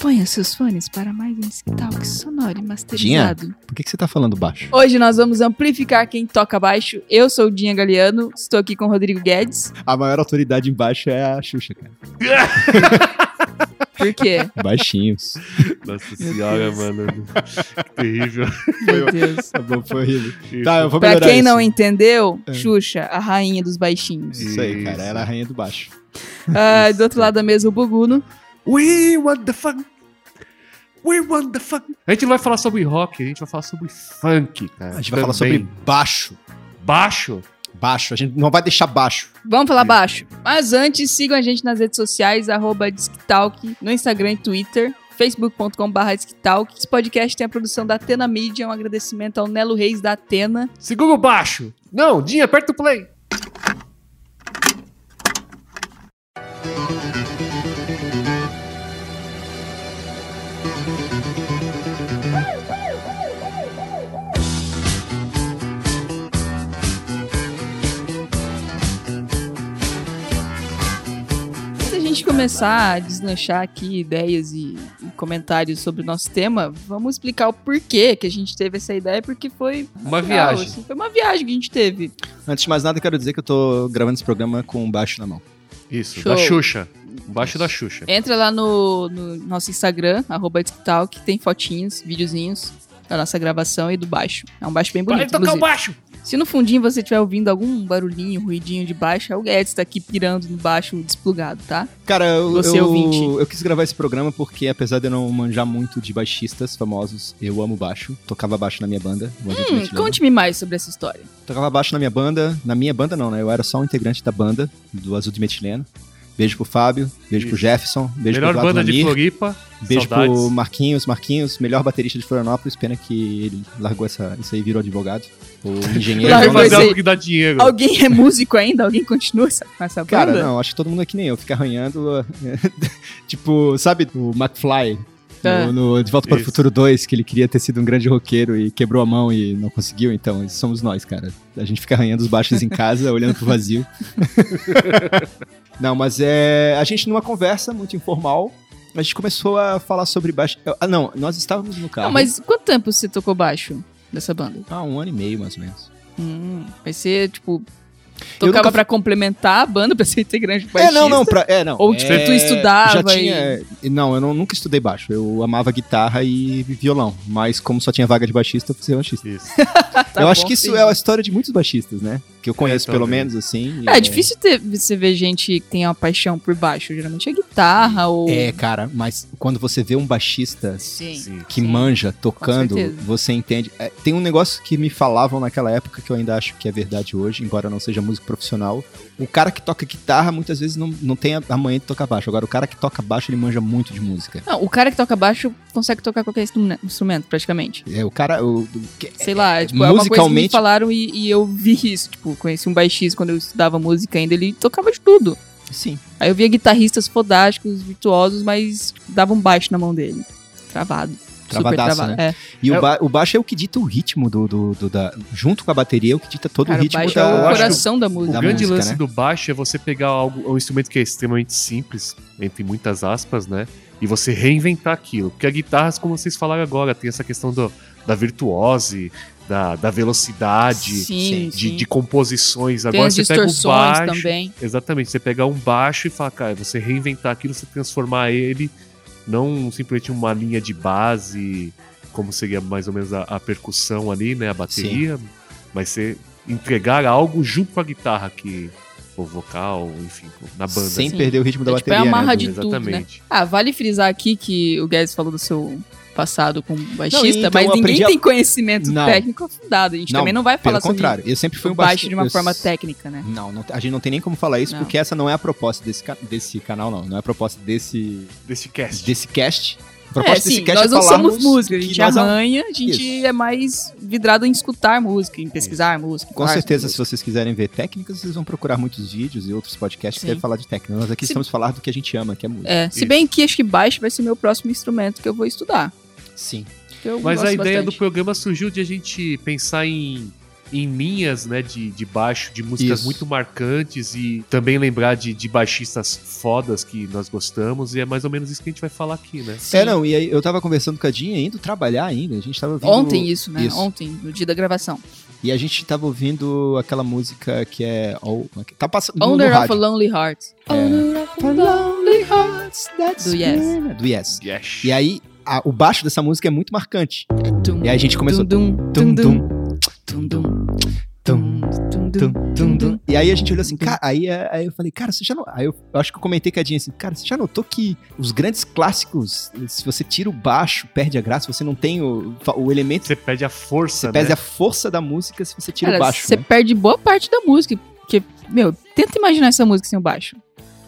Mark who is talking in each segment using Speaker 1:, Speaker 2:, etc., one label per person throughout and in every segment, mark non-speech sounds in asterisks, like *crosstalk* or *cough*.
Speaker 1: Ponha seus fones para mais um talk sonoro e masterizado.
Speaker 2: Por que, que você tá falando baixo?
Speaker 1: Hoje nós vamos amplificar quem toca baixo. Eu sou o Dinha Galeano, estou aqui com o Rodrigo Guedes.
Speaker 2: A maior autoridade embaixo é a Xuxa, cara.
Speaker 1: Por
Speaker 2: *laughs*
Speaker 1: quê?
Speaker 2: Baixinhos.
Speaker 3: Nossa senhora,
Speaker 1: Deus.
Speaker 3: mano. Que terrível.
Speaker 1: Meu Deus.
Speaker 2: Tá bom, foi horrível. Tá, eu vou
Speaker 1: Pra
Speaker 2: melhorar
Speaker 1: quem
Speaker 2: isso.
Speaker 1: não entendeu,
Speaker 2: É.
Speaker 1: Xuxa, a rainha dos *laughs* baixinhos.
Speaker 2: Isso aí, cara. Era a rainha do baixo.
Speaker 1: Ah, do outro lado da mesa, o Buguno.
Speaker 3: We want the fun. We want the fun. A gente não vai falar sobre rock, a gente vai falar sobre funk, cara.
Speaker 2: A gente vai falar sobre baixo.
Speaker 3: baixo.
Speaker 2: Baixo. A gente não vai deixar baixo.
Speaker 1: Vamos falar baixo. Mas antes, sigam a gente nas redes sociais, arroba DiscTalk, no Instagram e Twitter, facebook.com.br DiscTalk. Esse podcast tem a produção da Atena Media, um agradecimento ao Nelo Reis da Atena.
Speaker 3: Segura o baixo. Não, Dinha, aperta o play.
Speaker 1: Antes da gente começar a deslanchar aqui ideias e, e comentários sobre o nosso tema, vamos explicar o porquê que a gente teve essa ideia, porque foi...
Speaker 3: Uma
Speaker 1: legal,
Speaker 3: viagem.
Speaker 1: assim, foi uma viagem que a gente teve.
Speaker 2: Antes de mais nada, eu quero dizer que eu tô gravando esse programa com o baixo na mão.
Speaker 3: Isso,
Speaker 1: Show.
Speaker 3: da Xuxa. Baixo da Xuxa.
Speaker 1: Entra lá no, no nosso Instagram, arroba DiscTalk, tem fotinhos, videozinhos da nossa gravação e do baixo. É um baixo bem bonito,
Speaker 3: Vai tocar o
Speaker 1: inclusive.
Speaker 3: baixo.
Speaker 1: Se no fundinho você estiver ouvindo algum barulhinho, ruidinho de baixo, é o Guedes tá aqui pirando no baixo desplugado, tá?
Speaker 2: Cara, eu,
Speaker 1: Você,
Speaker 2: eu,
Speaker 1: ouvinte.
Speaker 2: eu quis gravar esse programa porque, apesar de eu não manjar muito de baixistas famosos, eu amo baixo. Tocava baixo na minha banda. o André
Speaker 1: Hum,
Speaker 2: Ventilano.
Speaker 1: Conte-me mais sobre essa história.
Speaker 2: Tocava baixo na minha banda. Na minha banda não, né? Eu era só um integrante da banda, do Azul de Metileno. Beijo pro Fábio, beijo
Speaker 3: Isso.
Speaker 2: pro Jefferson, beijo
Speaker 3: Melhor
Speaker 2: pro Vlado
Speaker 3: banda de
Speaker 2: Lamir,
Speaker 3: Floripa.
Speaker 2: beijo
Speaker 3: Saudades.
Speaker 2: pro Marquinhos, Marquinhos, melhor baterista de Florianópolis, pena que ele largou essa, isso aí e virou advogado, ou engenheiro.
Speaker 1: Largou
Speaker 3: Vai
Speaker 1: esse-
Speaker 2: sei lá.
Speaker 3: fazer algo que dá dinheiro.
Speaker 1: Alguém é músico ainda? Alguém continua essa, com essa
Speaker 2: Cara,
Speaker 1: banda?
Speaker 2: não, acho que todo mundo é que nem eu, fica arranhando, *laughs* tipo, sabe o McFly?
Speaker 1: Tá.
Speaker 2: No, no De Volta para o
Speaker 3: Isso.
Speaker 2: Futuro 2, que ele queria ter sido um grande roqueiro e quebrou a mão e não conseguiu, então esses somos nós, cara. A gente fica arranhando os baixos em casa, olhando pro vazio. não, mas é. A gente numa conversa muito informal, a gente começou a falar sobre baixo. Ah, não, nós estávamos no carro.
Speaker 1: Não, mas quanto tempo você tocou baixo dessa banda?
Speaker 2: Ah, um ano e meio, mais ou menos.
Speaker 1: Hum, vai ser, tipo,
Speaker 2: Eu
Speaker 1: tocava
Speaker 2: nunca-
Speaker 1: pra complementar a banda, *laughs* pra ser integrante
Speaker 2: É,
Speaker 1: baixista?
Speaker 2: não, não, pra, é, não.
Speaker 1: Ou, tipo,
Speaker 2: é,
Speaker 1: tu estudava
Speaker 2: Já
Speaker 1: e-
Speaker 2: tinha. é, Não, eu não- nunca estudei baixo. Eu amava guitarra e violão. Mas como só tinha vaga de baixista, eu fui ser baixista.
Speaker 3: Isso.
Speaker 1: Tá
Speaker 2: eu
Speaker 1: bom,
Speaker 2: acho que isso
Speaker 1: entendi.
Speaker 2: é a história de muitos baixistas, né? Que eu conheço, pelo
Speaker 3: talvez.
Speaker 2: menos, assim.
Speaker 1: É, difícil ter, você ver gente que tem uma paixão por baixo. Geralmente é guitarra ou...
Speaker 2: É, cara, mas quando você vê um baixista
Speaker 1: Sim.
Speaker 3: Sim.
Speaker 2: que
Speaker 1: Sim.
Speaker 2: manja tocando,
Speaker 1: Com certeza.
Speaker 2: você entende. É, tem um negócio que me falavam naquela época que eu ainda acho que é verdade hoje, embora eu não seja músico profissional. O cara que toca guitarra muitas vezes não, não tem a, a manha de tocar baixo. Agora, o cara que toca baixo, ele manja muito de música.
Speaker 1: Não, o cara que toca baixo consegue tocar qualquer instru- instrumento, praticamente.
Speaker 2: É, o cara. o- que-
Speaker 1: Sei lá, é, tipo, é uma coisa que me
Speaker 2: musicalmente-
Speaker 1: falaram e, e eu vi isso. Tipo, conheci um baixista quando eu estudava música ainda, ele tocava de tudo.
Speaker 2: Sim.
Speaker 1: Aí eu via guitarristas fodásticos, virtuosos, mas dava um baixo na mão dele. Travado. Super
Speaker 2: Travadaço, né?
Speaker 1: travado. É.
Speaker 2: E
Speaker 3: É,
Speaker 2: o, ba- o baixo é o que dita o ritmo do, do- do- da. Junto com a bateria, é o que dita todo
Speaker 1: Cara,
Speaker 2: o
Speaker 1: o
Speaker 2: ritmo
Speaker 1: baixo
Speaker 2: da.
Speaker 1: é o
Speaker 3: eu acho
Speaker 1: coração da
Speaker 3: O
Speaker 1: música.
Speaker 2: da
Speaker 3: grande
Speaker 2: música,
Speaker 3: lance
Speaker 2: né?
Speaker 3: do baixo é você pegar algo, um instrumento que é extremamente simples, entre muitas aspas, né? E você reinventar aquilo. Porque a guitarra, como vocês falaram agora, tem essa questão do- da virtuose, da, da velocidade,
Speaker 1: Sim,
Speaker 3: de,
Speaker 1: sim.
Speaker 3: de composições.
Speaker 1: Tem
Speaker 3: Agora
Speaker 1: as
Speaker 3: você pega o
Speaker 1: distorções
Speaker 3: baixo.
Speaker 1: também.
Speaker 3: Exatamente, você pegar um baixo e falar, cara, você reinventar aquilo, você transformar ele, não simplesmente uma linha de base, como seria mais ou menos a, a percussão ali, né? A bateria, mas você entregar algo junto com a guitarra que. Ou vocal, enfim, na banda. assim.
Speaker 2: Sem
Speaker 1: Sim.
Speaker 2: perder o ritmo da
Speaker 1: É tipo, é
Speaker 2: bateria.
Speaker 1: amarra
Speaker 2: né,
Speaker 1: de
Speaker 2: do-
Speaker 1: tudo, Ah, vale frisar aqui que o Guedes falou do seu passado como baixista,
Speaker 2: então
Speaker 1: mas
Speaker 2: eu
Speaker 1: ninguém
Speaker 2: aprendi a-
Speaker 1: tem conhecimento
Speaker 2: Não.
Speaker 1: técnico aprofundado. A gente
Speaker 2: Não,
Speaker 1: também não vai falar
Speaker 2: Pelo
Speaker 1: sobre
Speaker 2: contrário, eu sempre fui
Speaker 1: o
Speaker 2: um
Speaker 1: baixo de uma
Speaker 2: eu-
Speaker 1: forma técnica, né?
Speaker 2: Não, não- a gente não tem nem como falar isso,
Speaker 1: Não.
Speaker 2: porque essa não é a proposta desse, ca- desse canal, não. Não é a proposta desse,
Speaker 3: Desse cast.
Speaker 2: desse cast. A proposta desse
Speaker 1: sim,
Speaker 2: cast
Speaker 1: nós
Speaker 2: é
Speaker 1: não
Speaker 2: falarmos
Speaker 1: somos músicos, a
Speaker 2: que
Speaker 1: gente é
Speaker 2: nós am-
Speaker 1: arranha, a gente
Speaker 2: Isso.
Speaker 1: é mais vidrado em escutar música, em pesquisar música.
Speaker 2: Com
Speaker 1: falar
Speaker 2: certeza, se
Speaker 1: sobre
Speaker 2: vocês quiserem ver técnicas, vocês vão procurar muitos vídeos e outros podcasts que
Speaker 1: Sim.
Speaker 2: devem falar de técnica. Nós aqui
Speaker 1: Se-
Speaker 2: estamos falando do que a gente ama, que é música.
Speaker 1: música. É, se bem que acho que baixo vai ser meu próximo instrumento que eu vou estudar.
Speaker 2: Sim.
Speaker 1: que eu
Speaker 3: Mas
Speaker 1: gosto
Speaker 3: a ideia do
Speaker 1: bastante.
Speaker 3: programa surgiu de a gente pensar em, em linhas né, de, de baixo, de músicas
Speaker 2: Isso.
Speaker 3: muito marcantes e também lembrar de, de baixistas fodas que nós gostamos, e é mais ou menos isso que a gente vai falar aqui, né?
Speaker 1: Sim.
Speaker 2: É, não, e aí eu tava conversando com a Dinha indo trabalhar ainda. A gente tava vindo...
Speaker 1: Ontem isso, né?
Speaker 2: Isso.
Speaker 1: Ontem, no dia da gravação.
Speaker 2: E a gente tava ouvindo aquela música que é. All- Tá passando. no-
Speaker 1: Owner
Speaker 2: no
Speaker 1: of a
Speaker 2: rádio.
Speaker 1: Lonely Heart.
Speaker 2: É.
Speaker 1: Owner of a Lonely Heart.
Speaker 2: That's
Speaker 1: Do Yes.
Speaker 2: Vienna, Do Yes.
Speaker 3: Yes.
Speaker 2: E aí, a- o baixo dessa música é muito marcante.
Speaker 1: Tum,
Speaker 2: E aí a gente começou.
Speaker 1: Tum,
Speaker 2: Tum, tum,
Speaker 1: tum, tum,
Speaker 2: tum,
Speaker 1: tum,
Speaker 2: tum,
Speaker 1: tum.
Speaker 2: tum, tum. E aí a gente olhou assim, cara. Aí, é- aí eu falei, cara, você já não. Aí eu, eu acho que eu comentei com a Dinha assim, cara, você já notou que os grandes clássicos, se você tira o baixo, perde a graça, você não tem o, o elemento.
Speaker 3: Você perde a
Speaker 2: Você
Speaker 3: força, né?
Speaker 2: perde a força da música se você tira
Speaker 1: Cara,
Speaker 2: o baixo.
Speaker 1: Você
Speaker 2: né?
Speaker 1: perde boa parte da música. Porque, meu, tenta imaginar essa música sem o baixo.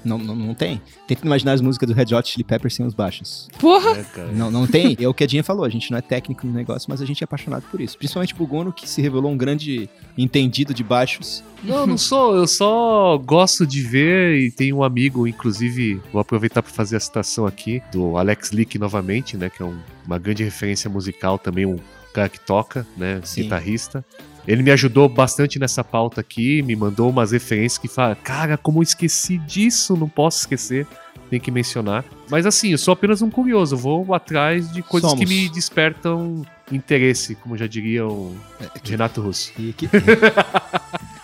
Speaker 2: Não, não, não tem. Tenta imaginar as músicas do Red Hot Chili Peppers sem os baixos.
Speaker 1: Porra!
Speaker 3: É, cara.
Speaker 2: Não, não tem. É o que a Dinha falou, a gente não é técnico no negócio, mas a gente é apaixonado por isso. Principalmente pro Gono, que se revelou um grande entendido de baixos.
Speaker 3: Não, não sou. Eu só gosto de ver e tem um amigo, inclusive, vou aproveitar para fazer a citação aqui do Alex Lick novamente, né? Que é um- uma grande referência musical também, um cara que toca, né?
Speaker 2: Sim.
Speaker 3: Guitarrista. Ele me ajudou bastante nessa pauta aqui, me mandou umas referências que fala, cara, como eu esqueci disso, não posso esquecer, tem que mencionar. Mas assim, eu sou apenas um curioso, eu vou atrás de coisas que
Speaker 2: Somos.
Speaker 3: me despertam interesse, como já diria o
Speaker 2: É,
Speaker 3: Renato Russo.
Speaker 2: E que-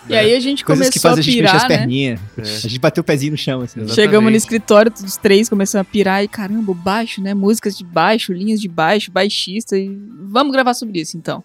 Speaker 1: E aí a gente
Speaker 2: É. coisas
Speaker 1: começou
Speaker 2: que fazem a
Speaker 1: a
Speaker 2: gente mexer as
Speaker 1: pirar, né?
Speaker 2: perninhas. A gente bateu o pezinho no chão, assim.
Speaker 3: É. Exato.
Speaker 1: Chegamos
Speaker 3: Exatamente.
Speaker 1: no escritório, os três começamos a pirar e caramba, o baixo, né? Músicas de baixo, linhas de baixo, baixista e vamos gravar sobre isso então.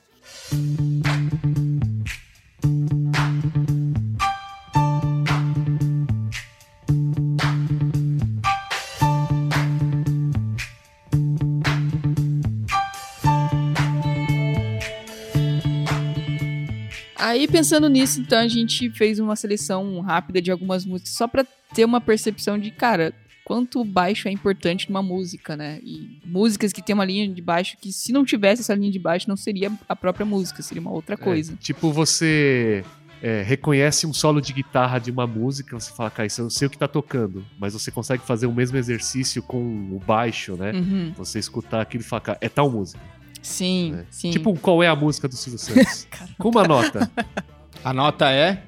Speaker 1: Aí pensando nisso, então a gente fez uma seleção rápida de algumas músicas só pra ter uma percepção de, cara, quanto o baixo é importante numa música, né? E músicas que tem uma linha de baixo que se não tivesse essa linha de baixo não seria a própria música, seria uma outra coisa.
Speaker 3: É, tipo, você é, reconhece um solo de guitarra de uma música, você fala, cara, isso eu sei o que tá tocando, mas você consegue fazer o mesmo exercício com o baixo, né?
Speaker 1: Uhum.
Speaker 3: Você escutar aquilo e falar, cara, é tal música.
Speaker 1: Sim, sim.
Speaker 3: Tipo, qual é a música do
Speaker 1: *laughs*
Speaker 3: Silvio Santos? com uma nota.
Speaker 2: A nota é.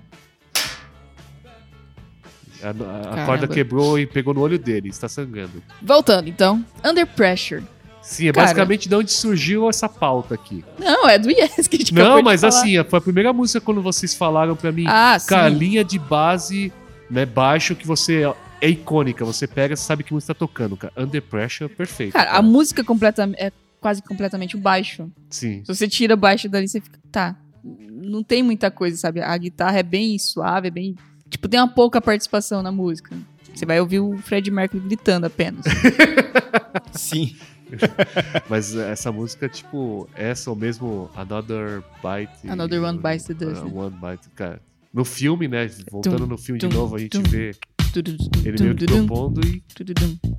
Speaker 1: *laughs*
Speaker 3: A, a- a
Speaker 1: Caramba.
Speaker 3: corda quebrou e pegou no olho dele, está sangrando.
Speaker 1: Voltando então, Under Pressure.
Speaker 3: Sim, é
Speaker 1: Cara.
Speaker 3: basicamente de onde surgiu essa pauta aqui.
Speaker 1: Não, é do Yes que a gente acabou
Speaker 3: Não,
Speaker 1: de
Speaker 3: mas
Speaker 1: falar.
Speaker 3: assim, foi a primeira música quando vocês falaram pra mim,
Speaker 1: Ah, sim.
Speaker 3: Cara, linha de base, né, baixo, que você é icônica. Você pega, você sabe que música tá tocando, cara. Under Pressure, perfeito.
Speaker 1: Cara, a
Speaker 3: cara.
Speaker 1: música completa é quase completamente o baixo. *laughs*
Speaker 3: Sim.
Speaker 1: Se você tira baixo dali, você fica. Tá. Não tem muita coisa, sabe? A guitarra é bem suave, é bem. Tipo, tem uma pouca participação na música. Você vai ouvir o Fred Mercury gritando
Speaker 3: *laughs*
Speaker 1: apenas.
Speaker 2: Sim.
Speaker 3: Mas essa música, tipo, essa ou mesmo Another Bite.
Speaker 1: Another One Bites the Dust,
Speaker 3: Ah,
Speaker 1: né?
Speaker 3: One Bite, cara. No filme, né? Voltando
Speaker 1: Tum,
Speaker 3: no filme
Speaker 1: tum,
Speaker 3: de novo, a gente
Speaker 1: tum.
Speaker 3: vê
Speaker 1: Tudum,
Speaker 3: ele
Speaker 1: tudum,
Speaker 3: meio que
Speaker 1: tudum,
Speaker 3: propondo e,
Speaker 1: tudum,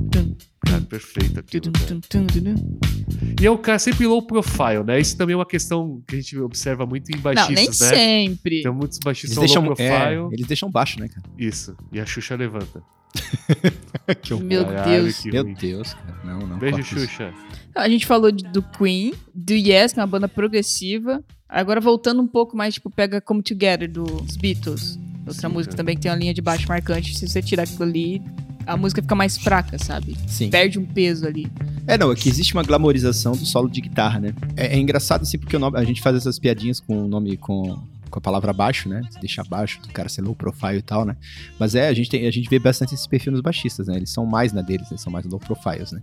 Speaker 1: tudum,
Speaker 3: cara, perfeito aquilo,
Speaker 1: tudum,
Speaker 3: cara.
Speaker 1: tudum, tudum, tudum.
Speaker 3: E é um cara sempre low profile, né? Isso também é uma questão que a gente observa muito em
Speaker 1: Não,
Speaker 3: baixistas,
Speaker 1: nem
Speaker 3: né?
Speaker 1: sempre.
Speaker 3: Tem muitos
Speaker 2: Eles
Speaker 3: baixistas
Speaker 2: deixam,
Speaker 3: low
Speaker 2: é,
Speaker 3: profile.
Speaker 2: eles deixam baixo, né, cara?
Speaker 3: Isso. E a Xuxa levanta.
Speaker 2: Que horror.
Speaker 1: Meu
Speaker 3: um Caralho,
Speaker 1: Deus.
Speaker 3: que
Speaker 2: Meu
Speaker 3: ruim.
Speaker 2: Deus, cara. Não, não.
Speaker 3: Beijo,
Speaker 2: corta isso.
Speaker 3: Xuxa.
Speaker 1: A gente falou de- do Queen, do Yes, que é uma banda progressiva. Agora voltando um pouco mais, tipo, pega Come Together dos Beatles. Outra
Speaker 3: Sim,
Speaker 1: música
Speaker 3: cara.
Speaker 1: também que tem uma linha de baixo marcante. Se você tirar aquilo ali, a música fica mais fraca, sabe?
Speaker 2: Sim.
Speaker 1: Perde um peso ali.
Speaker 2: É, não, é que existe uma glamorização do solo de guitarra, né? É, é engraçado, assim, porque o nome- a gente faz essas piadinhas com o nome, com, com a palavra baixo, né? Se deixar baixo, do cara ser low profile e tal, né? Mas é, a gente, tem, a gente vê bastante esse perfil nos baixistas, né? Eles são mais na deles, eles são mais low profiles, né?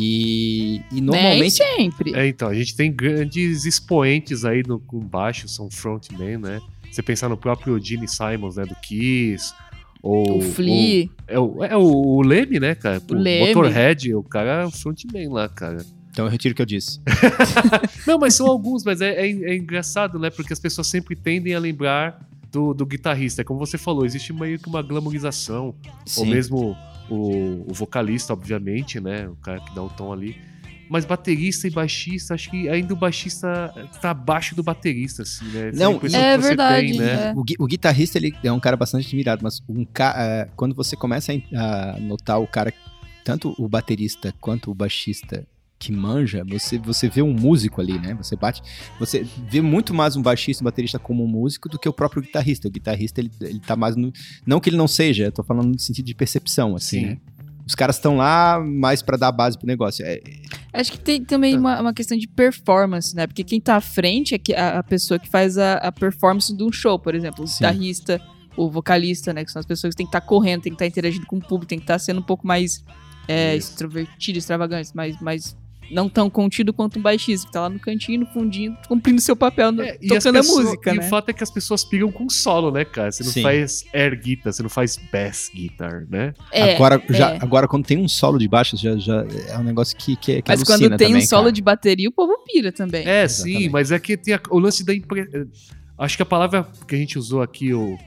Speaker 2: E, e normalmente...
Speaker 1: Nem sempre.
Speaker 3: É, então, a gente tem grandes expoentes aí no, com baixo, são frontman, né? Você pensar no próprio Gene Simons, né, do Kiss, ou...
Speaker 1: O Flea.
Speaker 3: ou- é o, é o, o Leme, né, cara? O,
Speaker 1: Leme.
Speaker 3: Motorhead, o cara é um frontman lá, cara.
Speaker 2: Então eu retiro o que eu disse.
Speaker 1: *laughs*
Speaker 3: Não, mas são alguns, mas é, é, é engraçado, né? Porque as pessoas sempre tendem a lembrar do, do guitarrista. É Como você falou, existe meio que uma glamorização ou mesmo o, o vocalista, obviamente, né? O cara que dá o tom ali. Mas baterista e baixista, acho que ainda o baixista tá abaixo do baterista, assim, né? Essa
Speaker 2: Não,
Speaker 3: a impressão
Speaker 1: é
Speaker 3: que você
Speaker 1: verdade.
Speaker 3: tem, né?
Speaker 1: é.
Speaker 2: O, gui- o guitarrista ele é um cara bastante admirado, mas um ca- é, quando você começa a en- a, notar o cara, tanto o baterista quanto o baixista que manja, você, você vê um músico ali, né? Você bate, você vê muito mais um baixista, um baterista como um músico do que o próprio guitarrista. O guitarrista ele, ele tá mais no, não que ele não seja, eu tô falando no sentido de percepção, assim.
Speaker 3: Sim.
Speaker 2: né? Os caras estão lá mais pra dar a base pro negócio. É,
Speaker 1: Acho que tem também
Speaker 3: É.
Speaker 1: uma, uma questão de performance, né? Porque quem tá à frente é que a, a pessoa que faz a, a performance de um show, por exemplo. O
Speaker 2: Sim.
Speaker 1: guitarrista, o vocalista, né? Que são as pessoas que tem que estar correndo, tem que estar interagindo com o público, tem que estar sendo um pouco mais é,
Speaker 3: Isso.
Speaker 1: extrovertido, extravagante, mas, mas não tão contido quanto um baixista, que tá lá no cantinho, no fundinho, cumprindo seu papel, no-
Speaker 3: É, e as
Speaker 1: tocando a
Speaker 3: pessoas-
Speaker 1: música,
Speaker 3: e
Speaker 1: né?
Speaker 3: o fato é que as pessoas pegam com solo, né, cara? Você não
Speaker 2: Sim.
Speaker 3: faz air guitar, você não faz bass guitar, né?
Speaker 1: É,
Speaker 2: agora, já-
Speaker 1: é.
Speaker 2: agora, quando tem um solo de baixo, já, já é um negócio que, que, que
Speaker 1: mas quando
Speaker 2: alucina
Speaker 1: tem um
Speaker 2: também,
Speaker 1: solo
Speaker 2: cara.
Speaker 1: de bateria, o povo pira também.
Speaker 3: É,
Speaker 2: Exatamente.
Speaker 3: sim, mas é que tem a- o lance da impre... eh, Acho que a palavra que a gente usou aqui, o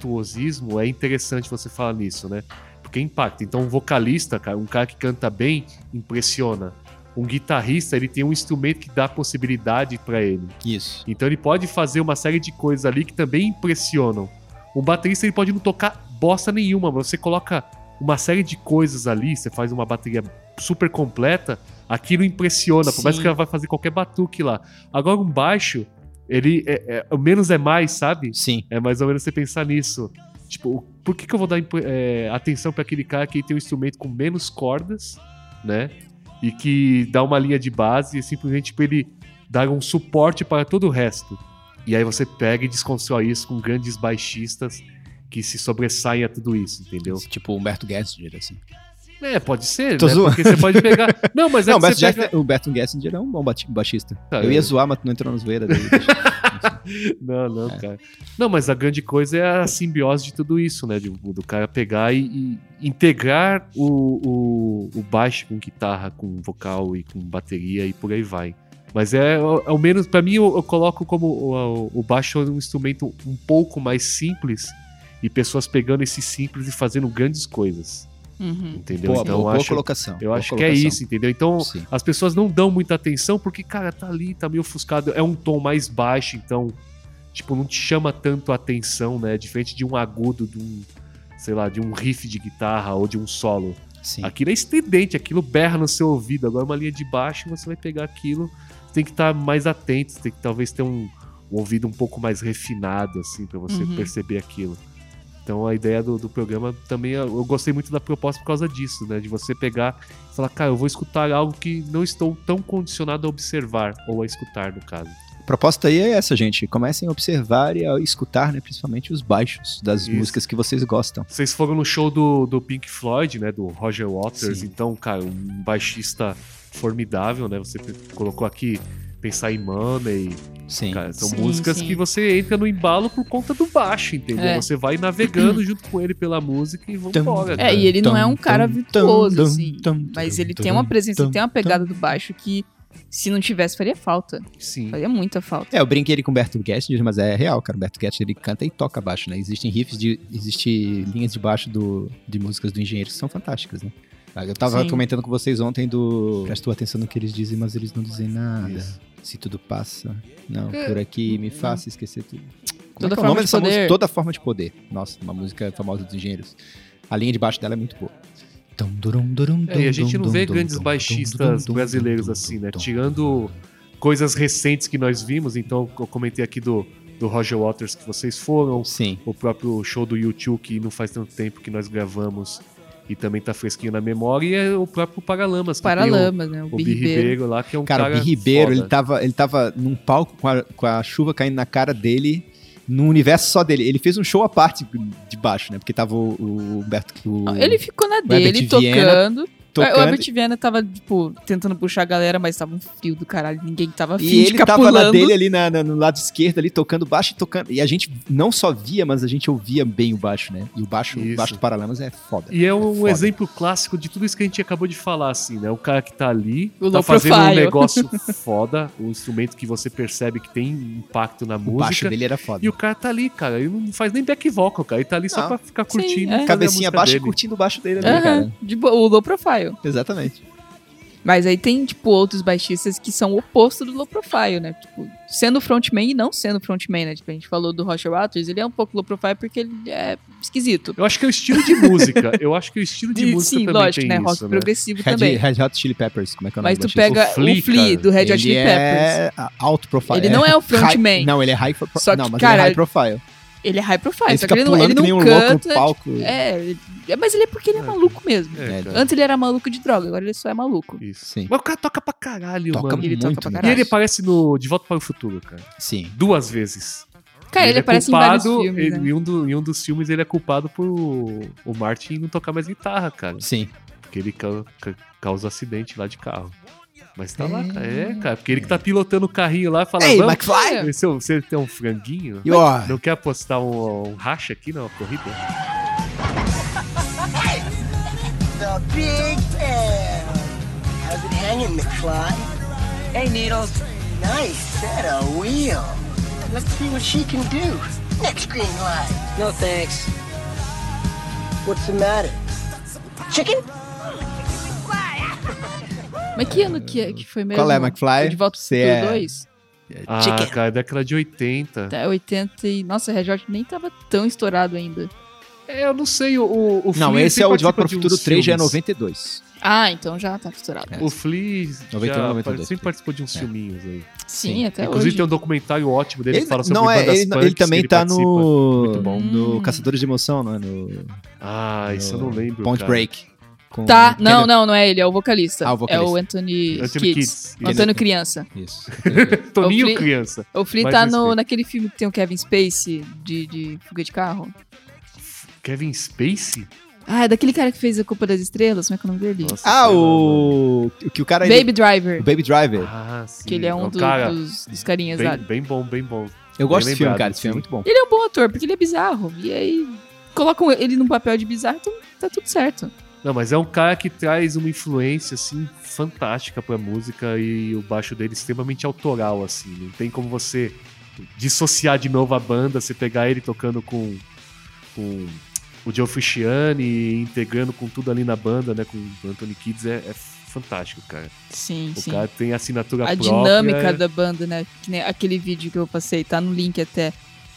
Speaker 3: virtuosismo, é interessante você falar nisso, né? Porque impacta. Então, um vocalista, cara, um cara que canta bem, impressiona. Um guitarrista, ele tem um instrumento que dá possibilidade pra ele.
Speaker 2: Isso.
Speaker 3: Então, ele pode fazer uma série de coisas ali que também impressionam. Um baterista, ele pode não tocar bosta nenhuma, mas você coloca uma série de coisas ali, você faz uma bateria super completa, aquilo impressiona, por mais
Speaker 2: Sim.
Speaker 3: que ela vai fazer qualquer batuque lá. Agora, um baixo, ele é, é- o menos é mais, sabe?
Speaker 2: Sim.
Speaker 3: É mais ou menos você pensar nisso. Tipo, o- por que, que eu vou dar impre- é, atenção pra aquele cara que tem um instrumento com menos cordas, né? E que dá uma linha de base e simplesmente pra ele dar um suporte para todo o resto. E aí você pega e desconstrói isso com grandes baixistas que se sobressaem a tudo isso, entendeu?
Speaker 2: Tipo o Humberto Gessinger, assim.
Speaker 3: É, pode ser,
Speaker 2: Tô
Speaker 3: né?
Speaker 2: zoando.
Speaker 3: Porque você pode
Speaker 2: *laughs*
Speaker 3: pegar. Não, mas é
Speaker 2: não, o
Speaker 3: que
Speaker 2: Humberto,
Speaker 3: você
Speaker 2: Jeff-
Speaker 3: pega...
Speaker 2: o Humberto Gessinger é um bom bati- baixista.
Speaker 3: Tá,
Speaker 2: eu ia
Speaker 3: eu-
Speaker 2: zoar, mas tu não entrou na zoeira
Speaker 3: *laughs*
Speaker 2: dele.
Speaker 3: Não, não,
Speaker 2: É.
Speaker 3: cara. Não, mas a grande coisa é a simbiose de tudo isso, né? De- do cara pegar e, e integrar o, o, o baixo com guitarra, com vocal e com bateria e por aí vai. Mas é, ao ao menos, pra mim, eu, eu coloco como o, o baixo um instrumento um pouco mais simples e pessoas pegando esse simples e fazendo grandes coisas,
Speaker 1: Uhum.
Speaker 3: entendeu?
Speaker 2: boa,
Speaker 3: então, eu
Speaker 2: boa, boa
Speaker 3: acho,
Speaker 2: colocação.
Speaker 3: eu
Speaker 2: boa
Speaker 3: acho que é
Speaker 2: colocação.
Speaker 3: isso, entendeu? Então,
Speaker 2: Sim.
Speaker 3: as pessoas não dão muita atenção porque, cara, tá ali, tá meio ofuscado. É um tom mais baixo, então, tipo, não te chama tanto a atenção, né? Diferente de um agudo, de um, sei lá, de um riff de guitarra ou de um solo.
Speaker 2: Sim.
Speaker 3: Aquilo é estridente, aquilo berra no seu ouvido. Agora, é uma linha de baixo, você vai pegar aquilo, você tem que estar mais atento, você tem que talvez ter um, um ouvido um pouco mais refinado, assim, pra você
Speaker 1: Uhum.
Speaker 3: perceber aquilo. Então, a ideia do, do programa também, eu eu gostei muito da proposta por causa disso, né? De você pegar e falar, cara, eu vou escutar algo que não estou tão condicionado a observar, ou a escutar, no caso.
Speaker 2: A proposta aí é essa, gente. Comecem a observar e a escutar, né, principalmente os baixos das
Speaker 3: Isso.
Speaker 2: músicas que vocês gostam.
Speaker 3: Vocês foram no show do, do Pink Floyd, né? Do Roger Waters.
Speaker 2: Sim.
Speaker 3: Então, cara, um baixista formidável, né? Você pe- colocou aqui pensar em Money.
Speaker 2: Sim.
Speaker 3: Cara, são
Speaker 1: Sim,
Speaker 3: músicas
Speaker 1: sim.
Speaker 3: que você entra no embalo por conta do baixo, entendeu?
Speaker 1: É.
Speaker 3: Você vai navegando *clears throat* junto com ele pela música e vambora. cara.
Speaker 1: É, e ele não é um
Speaker 2: Tum,
Speaker 1: cara
Speaker 2: tum,
Speaker 1: virtuoso,
Speaker 2: tum,
Speaker 1: assim.
Speaker 2: tum,
Speaker 1: Mas
Speaker 2: tum,
Speaker 1: ele
Speaker 2: tum,
Speaker 1: tem uma presença, ele
Speaker 2: tum,
Speaker 1: tem uma pegada do baixo que, se não tivesse, faria falta.
Speaker 3: Sim.
Speaker 1: Faria muita falta.
Speaker 2: É, eu brinquei ele com o Humberto Gessinger, mas é real, cara. O Humberto Gessinger, ele canta e toca baixo, né? Existem riffs, de, existem linhas de baixo do, de músicas do Engenheiro que são fantásticas, né? Ah, Eu tava
Speaker 1: Sim.
Speaker 2: comentando com vocês ontem do... Prestou atenção no que eles dizem, mas eles não dizem nada.
Speaker 3: Isso.
Speaker 2: Se tudo passa, não,
Speaker 1: É.
Speaker 2: por aqui, me faça esquecer tudo. Como
Speaker 1: Toda
Speaker 2: é que é o
Speaker 1: Forma
Speaker 2: nome
Speaker 1: de
Speaker 2: dessa
Speaker 1: Poder.
Speaker 2: música? Toda Forma de Poder. Nossa, uma música famosa dos Engenheiros. A linha de baixo dela é muito boa. Tum, durum, durum,
Speaker 3: É, e a
Speaker 2: dum,
Speaker 3: gente
Speaker 2: dum,
Speaker 3: não vê
Speaker 2: dum,
Speaker 3: grandes
Speaker 2: dum,
Speaker 3: baixistas
Speaker 2: dum, dum,
Speaker 3: brasileiros
Speaker 2: dum,
Speaker 3: assim, né?
Speaker 2: dum,
Speaker 3: Tirando coisas recentes que nós vimos, então eu comentei aqui do, do Roger Waters que vocês foram,
Speaker 2: Sim.
Speaker 3: o próprio show do YouTube que não faz tanto tempo que nós gravamos e também tá fresquinho na memória, e é o próprio Paralamas. que tem o-
Speaker 1: Paralamas, né? O,
Speaker 3: O
Speaker 1: Bi
Speaker 3: Bi
Speaker 1: Ribeiro.
Speaker 3: Ribeiro lá, que é um cara.
Speaker 2: Cara, o Bi Ribeiro,
Speaker 3: foda.
Speaker 2: ele tava, ele tava num palco com a, com a chuva caindo na cara dele, num universo só dele. Ele fez um show à parte de baixo, né? Porque tava o, o Humberto que o
Speaker 1: Ah, Ele ficou na
Speaker 2: Herbert
Speaker 1: dele,
Speaker 2: Viana
Speaker 1: tocando. O
Speaker 2: tocando.
Speaker 1: Herbert Viana tava, tipo, tentando puxar a galera, mas tava um frio do caralho. Ninguém tava afim
Speaker 2: E
Speaker 1: de
Speaker 2: ele
Speaker 1: ficar
Speaker 2: tava
Speaker 1: pulando.
Speaker 2: na dele ali na- na- no lado esquerdo, ali tocando baixo e tocando. E a gente não só via, mas a gente ouvia bem o baixo, né? E o baixo, o
Speaker 3: Isso.
Speaker 2: baixo do Paralamas é foda.
Speaker 3: E é um
Speaker 2: foda.
Speaker 3: exemplo clássico de tudo isso que a gente acabou de falar, assim, né? O cara que tá ali,
Speaker 1: O
Speaker 3: tá
Speaker 1: low
Speaker 3: fazendo
Speaker 1: profile.
Speaker 3: um negócio
Speaker 1: *laughs*
Speaker 3: foda, um instrumento que você percebe que tem impacto na
Speaker 2: O baixo
Speaker 3: música.
Speaker 2: dele é era foda.
Speaker 3: E o cara tá ali, cara, ele não faz nem back vocal, cara. Ele tá ali
Speaker 2: Não.
Speaker 3: só pra ficar
Speaker 1: Sim,
Speaker 3: curtindo.
Speaker 1: é.
Speaker 3: fazer a
Speaker 2: Cabecinha
Speaker 3: música
Speaker 2: baixa e
Speaker 3: dele.
Speaker 2: curtindo o baixo dele ali,
Speaker 1: Aham,
Speaker 2: cara.
Speaker 1: de boa, o low profile.
Speaker 2: Exatamente.
Speaker 1: Mas aí tem, tipo, outros baixistas que são o oposto do low profile, né? Tipo, sendo frontman e não sendo frontman, né? Tipo, a gente falou do Roger Waters, ele é um pouco low profile porque ele é esquisito.
Speaker 3: Eu acho que é o estilo de música. Eu acho que é o estilo de
Speaker 1: E,
Speaker 3: música
Speaker 1: sim,
Speaker 3: também
Speaker 1: lógico,
Speaker 3: tem
Speaker 1: né? Rock
Speaker 3: isso, né?
Speaker 1: progressivo
Speaker 2: Red,
Speaker 1: também.
Speaker 2: Red Hot Chili Peppers, como é que é o nome
Speaker 1: Mas
Speaker 2: do
Speaker 1: tu
Speaker 2: baixista?
Speaker 1: pega
Speaker 3: O
Speaker 1: o
Speaker 3: Flea,
Speaker 1: Flea,
Speaker 3: cara.
Speaker 1: do Red Hot
Speaker 2: Ele
Speaker 1: Chili Peppers.
Speaker 2: é alto profile.
Speaker 1: Ele não é o frontman.
Speaker 2: high- Não, ele é high profile.
Speaker 1: Só que,
Speaker 2: não, mas
Speaker 1: cara,
Speaker 2: ele é high profile.
Speaker 1: Ele é high profile,
Speaker 2: Ele
Speaker 1: só que
Speaker 2: fica
Speaker 1: ele, não-
Speaker 2: pulando
Speaker 1: ele
Speaker 2: que nem um
Speaker 1: não
Speaker 2: louco no
Speaker 1: canta.
Speaker 2: palco.
Speaker 1: É, ele- é, mas ele é porque ele é maluco mesmo.
Speaker 3: É,
Speaker 2: É,
Speaker 3: cara.
Speaker 1: Antes ele era maluco de droga, agora ele só é maluco.
Speaker 3: Isso.
Speaker 2: Sim.
Speaker 3: Mas o cara toca pra caralho,
Speaker 2: Toca
Speaker 3: mano.
Speaker 1: Ele
Speaker 2: muito.
Speaker 1: toca pra
Speaker 2: né?
Speaker 3: E
Speaker 1: caralho.
Speaker 3: ele aparece no De Volta para o Futuro, cara.
Speaker 2: Sim.
Speaker 3: Duas vezes.
Speaker 1: Cara,
Speaker 3: E
Speaker 1: ele,
Speaker 3: é
Speaker 1: aparece
Speaker 3: culpado,
Speaker 1: em vários filmes,
Speaker 3: ele-
Speaker 1: né?
Speaker 3: em, um do- em um dos filmes ele é culpado por o o Martin não tocar mais guitarra, cara.
Speaker 2: Sim.
Speaker 3: Porque ele ca- ca- causa acidente lá de carro. Mas tá lá,
Speaker 2: É.
Speaker 3: cara. É, cara. Porque ele que tá pilotando o carrinho lá e fala,
Speaker 2: Ei,
Speaker 3: vamos...
Speaker 2: McFly!
Speaker 3: Seu, você tem um franguinho?
Speaker 2: E ó,
Speaker 3: Não quer apostar um, um racha aqui na corrida?
Speaker 4: The Big Bell. How's it hanging, McFly? Hey, Needles. Nice set of wheel. Let's see what she can do. Next green light. No thanks. What's the matter? Chicken?
Speaker 1: Mas que ano que, é- que foi mesmo?
Speaker 2: Qual é, McFly?
Speaker 1: O De Volta pro
Speaker 2: Você
Speaker 1: Futuro
Speaker 2: é-
Speaker 1: 2?
Speaker 3: Ah,
Speaker 4: Chicken.
Speaker 3: cara, década de 80.
Speaker 1: Tá, 80 e... Nossa, o Red Hot nem tava tão estourado ainda.
Speaker 3: É, eu não sei, o, o, o
Speaker 2: não,
Speaker 3: Flea
Speaker 2: esse
Speaker 3: sempre
Speaker 2: é o De Volta
Speaker 3: participa um
Speaker 2: para o Futuro
Speaker 3: uns
Speaker 2: 3, já é
Speaker 3: filmes.
Speaker 2: 92.
Speaker 1: Ah, então já tá estourado.
Speaker 2: É.
Speaker 3: O Flea já
Speaker 2: 91, 92,
Speaker 3: sempre
Speaker 2: Flea.
Speaker 3: participou de uns
Speaker 2: É.
Speaker 3: filminhos aí.
Speaker 1: Sim, é.
Speaker 2: Sim.
Speaker 1: até
Speaker 3: Inclusive
Speaker 1: hoje.
Speaker 3: tem um documentário ótimo dele que fala sobre
Speaker 2: não, é,
Speaker 3: bandas
Speaker 2: ele,
Speaker 3: punks
Speaker 2: ele também
Speaker 3: que ele
Speaker 2: tá
Speaker 3: participa.
Speaker 2: no,
Speaker 3: Muito bom.
Speaker 2: no
Speaker 1: Hum.
Speaker 2: Caçadores de Emoção, não é? No
Speaker 3: Ah, isso eu
Speaker 2: no
Speaker 3: não lembro,
Speaker 2: Point
Speaker 3: cara.
Speaker 2: Break. com
Speaker 1: Tá,
Speaker 2: Kenneth-
Speaker 1: não, não, não é ele, é o vocalista.
Speaker 2: Ah, o vocalista. é-
Speaker 1: É o Anthony,
Speaker 3: Anthony
Speaker 1: Kids.
Speaker 3: Kids. é
Speaker 1: O Antônio Criança.
Speaker 2: Isso.
Speaker 3: Toninho
Speaker 1: O Flea-
Speaker 3: Criança.
Speaker 1: O Flea
Speaker 3: Mais
Speaker 1: tá
Speaker 3: respeito.
Speaker 1: no, naquele filme que tem o Kevin Spacey de, de fuga de carro.
Speaker 3: Kevin Spacey?
Speaker 1: Ah, é daquele cara que fez a Culpa das Estrelas, como é que é o nome dele?
Speaker 3: Nossa,
Speaker 2: ah,
Speaker 3: sei lá, mano.
Speaker 2: o... o que o cara... ele-
Speaker 1: Baby Driver,
Speaker 2: o Baby Driver.
Speaker 3: Ah, sim.
Speaker 1: que ele é um do-
Speaker 3: cara
Speaker 1: dos, dos carinhas lá.
Speaker 3: bem, bem bom, bem bom.
Speaker 2: Eu gosto
Speaker 3: Bem
Speaker 2: desse filme,
Speaker 3: lembrado,
Speaker 2: cara. Esse filme é
Speaker 3: sim.
Speaker 2: muito bom.
Speaker 1: Ele é um bom ator, porque ele é bizarro. E aí, colocam ele num papel de bizarro, então tá tudo certo.
Speaker 3: Não, mas é um cara que traz uma influência, assim, fantástica pra música e o baixo dele é extremamente autoral, assim. Não tem como você dissociar de novo a banda, você pegar ele tocando com, com o Joe Fusciani e integrando com tudo ali na banda, né, com o Anthony Kids, é, é fantástico, cara.
Speaker 1: Sim,
Speaker 3: O
Speaker 1: sim.
Speaker 3: cara tem a assinatura
Speaker 1: a
Speaker 3: própria.
Speaker 1: dinâmica
Speaker 3: é-
Speaker 1: da banda, né? Que nem aquele vídeo que eu passei, tá no link até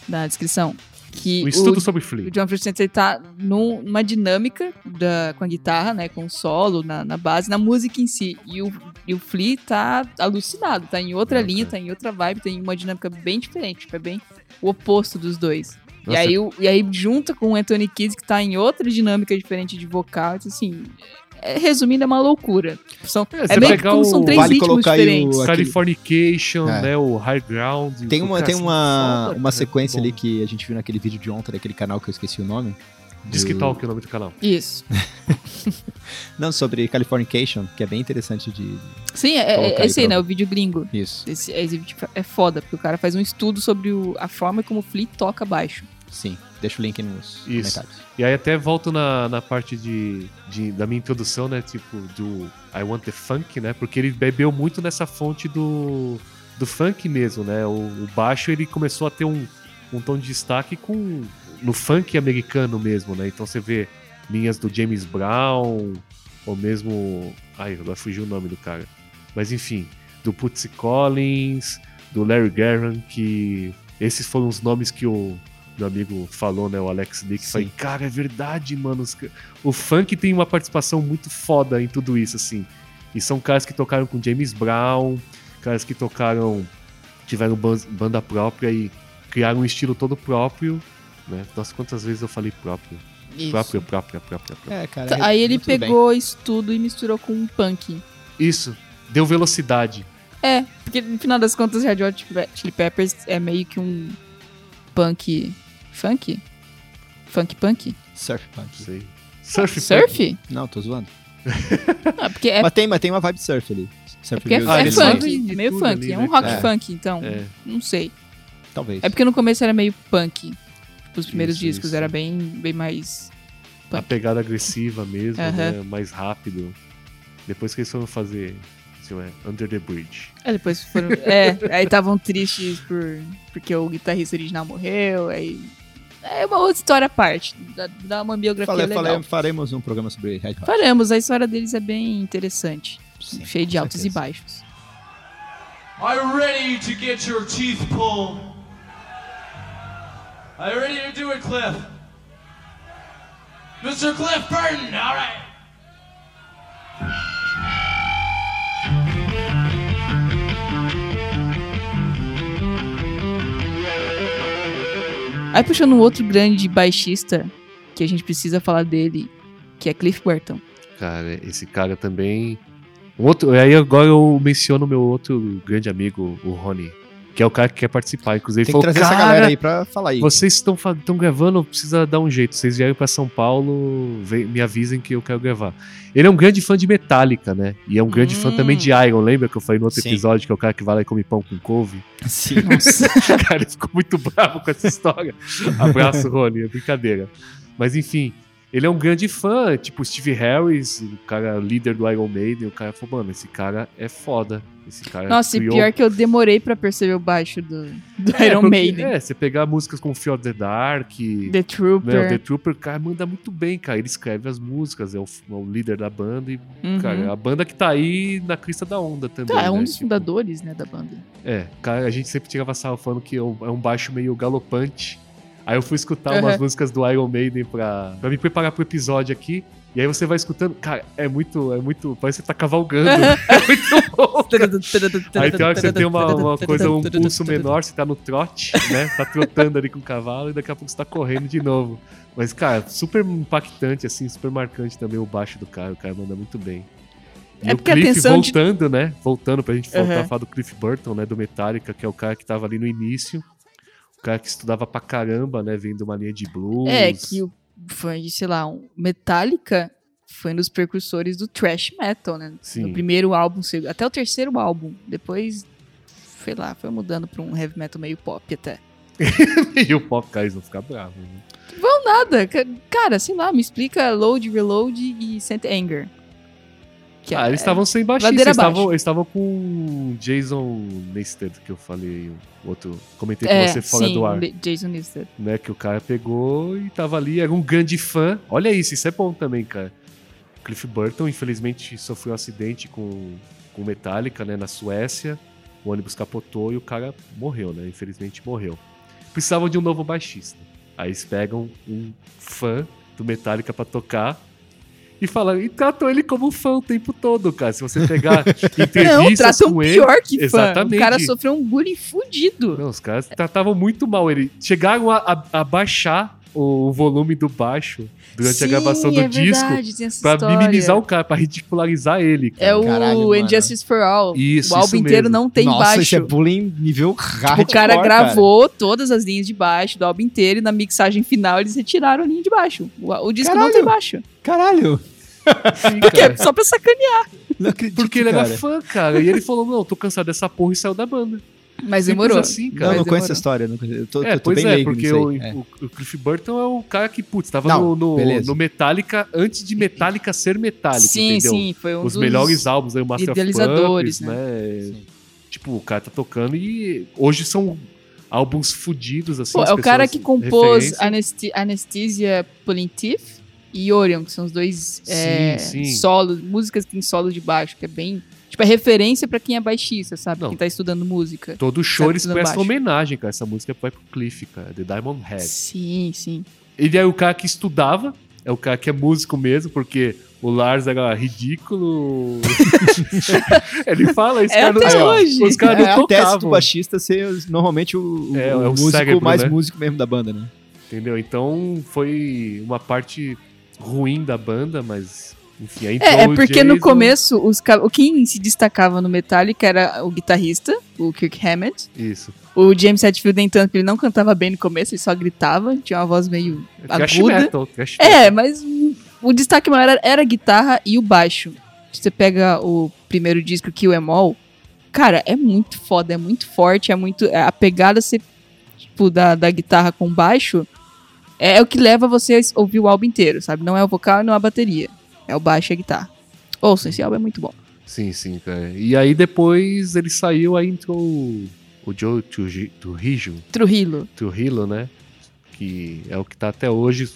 Speaker 1: na descrição. Que
Speaker 3: O um estudo sobre Flea.
Speaker 1: O John Frusciante ele tá num- numa dinâmica da, com a guitarra, né? Com o solo, na, na base, na música em si. E o, e o Flea tá alucinado, tá em outra
Speaker 3: É,
Speaker 1: linha, tá
Speaker 3: cara.
Speaker 1: em outra vibe, tem uma dinâmica bem diferente, tipo, é bem o oposto dos dois. E
Speaker 3: Nossa,
Speaker 1: aí, o- e aí, junta com o Anthony Kidd, que tá em outra dinâmica diferente de vocal, então, assim. é- resumindo, é uma loucura. São,
Speaker 3: É,
Speaker 1: é
Speaker 3: você
Speaker 1: bem que
Speaker 3: pegar
Speaker 1: como são
Speaker 3: o-
Speaker 1: três
Speaker 2: Vale
Speaker 1: ritmos
Speaker 2: colocar aí o-
Speaker 1: diferentes.
Speaker 2: aquele-
Speaker 3: Californication,
Speaker 2: É.
Speaker 3: né, o High Ground.
Speaker 2: Tem
Speaker 3: o
Speaker 2: uma,
Speaker 3: cara,
Speaker 2: tem
Speaker 3: assim,
Speaker 2: uma,
Speaker 3: foda,
Speaker 2: uma
Speaker 1: né?
Speaker 3: cara,
Speaker 2: sequência
Speaker 3: muito
Speaker 2: ali
Speaker 3: bom.
Speaker 2: que a gente viu naquele vídeo de ontem, daquele canal que eu esqueci o nome.
Speaker 3: Diz que
Speaker 2: Do-
Speaker 3: tal que é o nome do canal.
Speaker 1: Isso.
Speaker 2: Não, sobre Californication, que é bem interessante de...
Speaker 1: Sim, é, é,
Speaker 2: Coloca
Speaker 1: é
Speaker 2: aí
Speaker 1: esse aí,
Speaker 2: pra-
Speaker 1: né? O vídeo gringo.
Speaker 2: Isso,
Speaker 1: Esse, esse vídeo é foda, porque o cara faz um estudo sobre o- a forma como o Flea toca baixo.
Speaker 2: sim. Deixa o link nos
Speaker 3: Isso.
Speaker 2: comentários.
Speaker 3: E aí até volto na, na parte de, de- da minha introdução, né? Tipo, do I Want the Funk, né? Porque ele bebeu muito nessa fonte do, do funk mesmo, né? O, o baixo ele começou a ter um, um tom de destaque com no funk americano mesmo, né? Então você vê linhas do James Brown, ou mesmo. Ai, agora fugiu o nome do cara. Mas enfim, do Putz Collins, do Larry Guerin, que esses foram os nomes que o meu amigo falou, né? O Alex Dick.
Speaker 2: Sim.
Speaker 3: Falei, cara, é verdade, mano. Os ca- O funk tem uma participação muito foda em tudo isso, assim. E são caras que tocaram com James Brown, caras que tocaram, tiveram ban- banda própria e criaram um estilo todo próprio, né? Nossa, quantas vezes eu falei próprio? Próprio, própria, própria, própria.
Speaker 2: É, cara.
Speaker 1: Tá, Aí ele
Speaker 2: tudo bem.
Speaker 1: pegou isso tudo e misturou com um punk.
Speaker 3: Isso, deu velocidade.
Speaker 1: É, porque no final das contas, Red Hot Chili Peppers é meio que um punk. Funk? Funk punk?
Speaker 2: Surf
Speaker 3: Não
Speaker 2: punk.
Speaker 3: sei. Surf, punk.
Speaker 1: Surf?
Speaker 2: Não, tô zoando.
Speaker 1: Não, porque é,
Speaker 2: Mas, tem, mas tem uma vibe surf ali. Surf
Speaker 1: porque é,
Speaker 2: music
Speaker 3: Ah,
Speaker 1: é
Speaker 3: eles fazem
Speaker 1: funk.
Speaker 3: de
Speaker 1: É meio
Speaker 3: tudo
Speaker 1: funk.
Speaker 3: ali,
Speaker 1: é
Speaker 3: né,
Speaker 1: um rock
Speaker 2: cara?
Speaker 1: funk, então.
Speaker 3: É.
Speaker 1: Não sei.
Speaker 2: assim, Talvez.
Speaker 1: É porque no começo era meio punk. Tipo, os primeiros
Speaker 3: Isso,
Speaker 1: discos
Speaker 3: isso.
Speaker 1: era bem, bem mais.
Speaker 3: A pegada agressiva mesmo,
Speaker 1: Aham.
Speaker 3: né? Mais rápido. Depois que eles foram fazer, assim, é, Under the Bridge.
Speaker 1: Aí depois foram. é, aí estavam tristes por, porque o guitarrista original morreu. Aí. É uma outra história à parte. Dá, dá uma biografia
Speaker 2: Fale-
Speaker 1: é legal.
Speaker 2: fale- faremos um programa sobre Red Hot.
Speaker 1: Faremos, a história deles é bem interessante.
Speaker 2: Sim,
Speaker 1: cheio de
Speaker 2: com
Speaker 1: altos e
Speaker 2: certeza.
Speaker 1: baixos.
Speaker 5: Are you ready to get your teeth pulled? Are you ready to do it, Cliff? Mr. Cliff Burton, all right.
Speaker 1: Aí puxando um outro grande baixista que a gente precisa falar dele, que é Cliff Burton.
Speaker 3: Cara, esse cara também. Um outro, aí agora eu menciono meu outro grande amigo, o Rony, que é o cara que quer participar. Inclusive, ele
Speaker 2: Tem que
Speaker 3: falou,
Speaker 2: trazer essa
Speaker 3: "Cara,
Speaker 2: galera aí pra falar aí.
Speaker 3: Vocês estão fa- estão gravando, precisa dar um jeito. Vocês vierem pra São Paulo, vem- me avisem que eu quero gravar. Ele é um grande fã de Metallica, né? E é um grande fã
Speaker 1: Hum.
Speaker 3: também de Iron. Lembra que eu falei no outro
Speaker 2: Sim.
Speaker 3: episódio que é o cara que vai lá e come pão com couve? *laughs*
Speaker 2: Sim.
Speaker 1: Nossa.
Speaker 3: cara ele ficou muito bravo com essa história. Abraço, Rony, é brincadeira. Mas enfim, ele é um grande fã, tipo Steve Harris, o cara líder do Iron Maiden. O cara falou, mano, esse cara é foda. Esse cara
Speaker 1: Nossa, e
Speaker 3: criou
Speaker 1: pior que eu demorei pra perceber o baixo do, do
Speaker 3: *laughs* É,
Speaker 1: Iron
Speaker 3: porque-
Speaker 1: Maiden.
Speaker 3: É, você pegar músicas como Fear the Dark,
Speaker 1: The
Speaker 2: é.
Speaker 3: né, o The
Speaker 1: Trooper.
Speaker 3: Trooper, cara, manda muito bem, cara. Ele escreve as músicas, é o, é o líder da banda e,
Speaker 1: Uhum.
Speaker 3: cara, a banda que tá aí na crista da onda também.
Speaker 1: Tá, é um
Speaker 3: né,
Speaker 1: dos
Speaker 3: tipo,
Speaker 1: fundadores, né, da banda.
Speaker 3: É, cara, a gente sempre tirava sarro falando que é um é um baixo meio galopante. Aí eu fui escutar
Speaker 1: Uhum.
Speaker 3: umas músicas do Iron Maiden pra, pra me preparar pro episódio aqui. E aí você vai escutando, cara, é muito, é muito, parece que tá cavalgando. *laughs* é muito bom. Aí tem hora que você tem uma, uma coisa, um pulso menor, você tá no trote, né? Tá trotando ali com o cavalo e daqui a pouco você tá correndo de novo. Mas, cara, super impactante, assim, super marcante também o baixo do cara. O cara manda muito bem. E
Speaker 1: É
Speaker 3: o
Speaker 1: porque a
Speaker 3: Cliff
Speaker 1: tensão de-
Speaker 3: voltando, né? Voltando pra gente voltar
Speaker 1: Uhum.
Speaker 3: a falar do Cliff Burton, né? Do Metallica, que é o cara que tava ali no início. O cara que estudava pra caramba, né? Vindo uma linha de blues.
Speaker 1: É, que o- foi, sei lá, um Metallica foi um dos precursores do thrash metal, né?
Speaker 3: Sim.
Speaker 1: No primeiro álbum, seg- até o terceiro álbum. Depois, sei lá, foi mudando pra um heavy metal meio pop até.
Speaker 3: *laughs* e o pop, cara, eles vão ficar bravos. Né?
Speaker 1: Nada, ca- cara, sei lá, me explica Load, Reload e Sent Anger. Que
Speaker 3: ah,
Speaker 1: é-
Speaker 3: eles estavam sem baixista.
Speaker 1: ladeira
Speaker 3: Eles estavam
Speaker 1: abaixo.
Speaker 3: eles estavam com o Jason Neistat, que eu falei, o outro. Comentei com
Speaker 1: é,
Speaker 3: você fora
Speaker 1: sim,
Speaker 3: do ar,
Speaker 1: Le- Jason Newsted.
Speaker 3: né? Que o cara pegou e tava ali, era um grande fã. Olha isso, isso é bom também, cara. Cliff Burton, infelizmente, sofreu um acidente com, com Metallica, né? Na Suécia. O ônibus capotou e o cara morreu, né? Infelizmente morreu. Precisavam de um novo baixista. Aí eles pegam um fã do Metallica pra tocar. E falam, e tratam ele como um fã o tempo todo, cara. Se você pegar
Speaker 1: Não,
Speaker 3: entrevistas
Speaker 1: tratam
Speaker 3: com ele,
Speaker 1: um pior que fã. O cara
Speaker 3: Exatamente.
Speaker 1: sofreu um bullying fudido.
Speaker 3: não, os caras tratavam muito mal ele. Chegaram a, a- a baixar o volume do baixo durante a
Speaker 1: Sim,
Speaker 3: gravação do
Speaker 1: é
Speaker 3: disco
Speaker 1: verdade, tem essa
Speaker 3: pra
Speaker 1: história.
Speaker 3: minimizar o cara, pra ridicularizar ele. cara.
Speaker 1: É o
Speaker 2: Caralho, mano.
Speaker 1: Injustice for All.
Speaker 3: um Isso,
Speaker 1: o álbum
Speaker 3: isso
Speaker 1: inteiro
Speaker 3: mesmo.
Speaker 1: não tem
Speaker 2: Nossa,
Speaker 1: baixo.
Speaker 2: isso é bullying nível
Speaker 1: Tipo,
Speaker 2: hardcore,
Speaker 1: o cara
Speaker 2: cara.
Speaker 1: gravou todas as linhas de baixo do álbum inteiro e na mixagem final eles retiraram a linha de baixo. O, o disco não
Speaker 2: Caralho.
Speaker 1: tem baixo.
Speaker 2: Caralho,
Speaker 3: Sim,
Speaker 1: Que é
Speaker 3: cara.
Speaker 1: só pra sacanear.
Speaker 2: não acredito,
Speaker 3: Porque ele era
Speaker 2: cara.
Speaker 3: fã, cara. E ele falou: não, tô cansado dessa porra e saiu da banda.
Speaker 1: Mas
Speaker 3: Simples
Speaker 1: demorou.
Speaker 3: assim,
Speaker 2: Não,
Speaker 3: cara.
Speaker 1: Mas
Speaker 2: não conheço
Speaker 1: demorou.
Speaker 2: essa história. Não, conheço- eu tô,
Speaker 3: é,
Speaker 2: tô- tô
Speaker 3: pois
Speaker 2: bem
Speaker 3: é,
Speaker 2: leigo
Speaker 3: porque
Speaker 2: nisso
Speaker 3: o,
Speaker 2: aí. É.
Speaker 3: o- o Cliff Burton é o cara que, putz, tava
Speaker 2: Não,
Speaker 3: no, no,
Speaker 2: beleza.
Speaker 3: no Metallica antes de Metallica ser Metallica,
Speaker 1: sim,
Speaker 3: entendeu?
Speaker 1: sim, foi um
Speaker 3: Os
Speaker 1: dos
Speaker 3: melhores álbuns, aí, o Master of
Speaker 1: idealizadores,
Speaker 3: Puppets, né? Tipo, o cara tá tocando e hoje são álbuns fodidos, assim.
Speaker 1: Pô,
Speaker 3: as
Speaker 1: é o cara
Speaker 3: pessoas-
Speaker 1: que compôs
Speaker 3: referência.
Speaker 1: Anesti Anesthesia Polintif e Orion, que são os dois
Speaker 3: Sim,
Speaker 1: é,
Speaker 3: sim.
Speaker 1: solos, músicas que tem solos de baixo, que é bem. Tipo, é referência pra quem é baixista, sabe?
Speaker 3: Não.
Speaker 1: Quem tá estudando música.
Speaker 3: Todo show eles
Speaker 1: tudo
Speaker 3: prestam
Speaker 1: embaixo.
Speaker 3: homenagem, cara. Essa música vai pro Cliff, cara. The Diamond Head.
Speaker 1: Sim, sim.
Speaker 3: Ele é o cara que estudava, é o cara que é músico mesmo, porque o Lars era ridículo. *laughs* ele fala isso,
Speaker 1: É
Speaker 3: cara. não-
Speaker 1: até
Speaker 3: Aí, ó,
Speaker 1: hoje.
Speaker 3: Os caras
Speaker 2: é
Speaker 3: não
Speaker 2: a tese do
Speaker 3: tocavam.
Speaker 2: baixista ser os- normalmente o, o-
Speaker 3: É, é o
Speaker 2: o músico
Speaker 3: cérebro,
Speaker 2: mais
Speaker 3: né?
Speaker 2: músico mesmo da banda, né?
Speaker 3: Entendeu? Então foi uma parte ruim da banda, mas enfim, aí
Speaker 1: É, é
Speaker 3: entrou o né?
Speaker 1: porque no
Speaker 3: Jason.
Speaker 1: começo, os, ca- o quem se destacava no Metallica era o guitarrista, o Kirk Hammett.
Speaker 3: Isso.
Speaker 1: O James Hetfield, nem tanto, porque ele não cantava bem no começo, ele só gritava, tinha uma voz meio
Speaker 3: É Thrash
Speaker 1: aguda.
Speaker 3: metal, thrash
Speaker 1: É, mas hum, o destaque maior era, era a guitarra e o baixo. Se você pega o primeiro disco, Kill Em All, cara, é muito foda, é muito forte, é muito... é, A pegada, você, tipo, da, da guitarra com baixo, é o que leva você a ouvir o álbum inteiro, sabe? Não é o vocal e não é a bateria, é o baixo e a guitarra. Ouçam, esse álbum é muito bom.
Speaker 3: Sim, sim, cara. E aí depois ele saiu, aí entrou o, o Joe Turgi- Turrijo,
Speaker 1: Trujillo.
Speaker 3: Turrillo, né? Que é o que tá até hoje.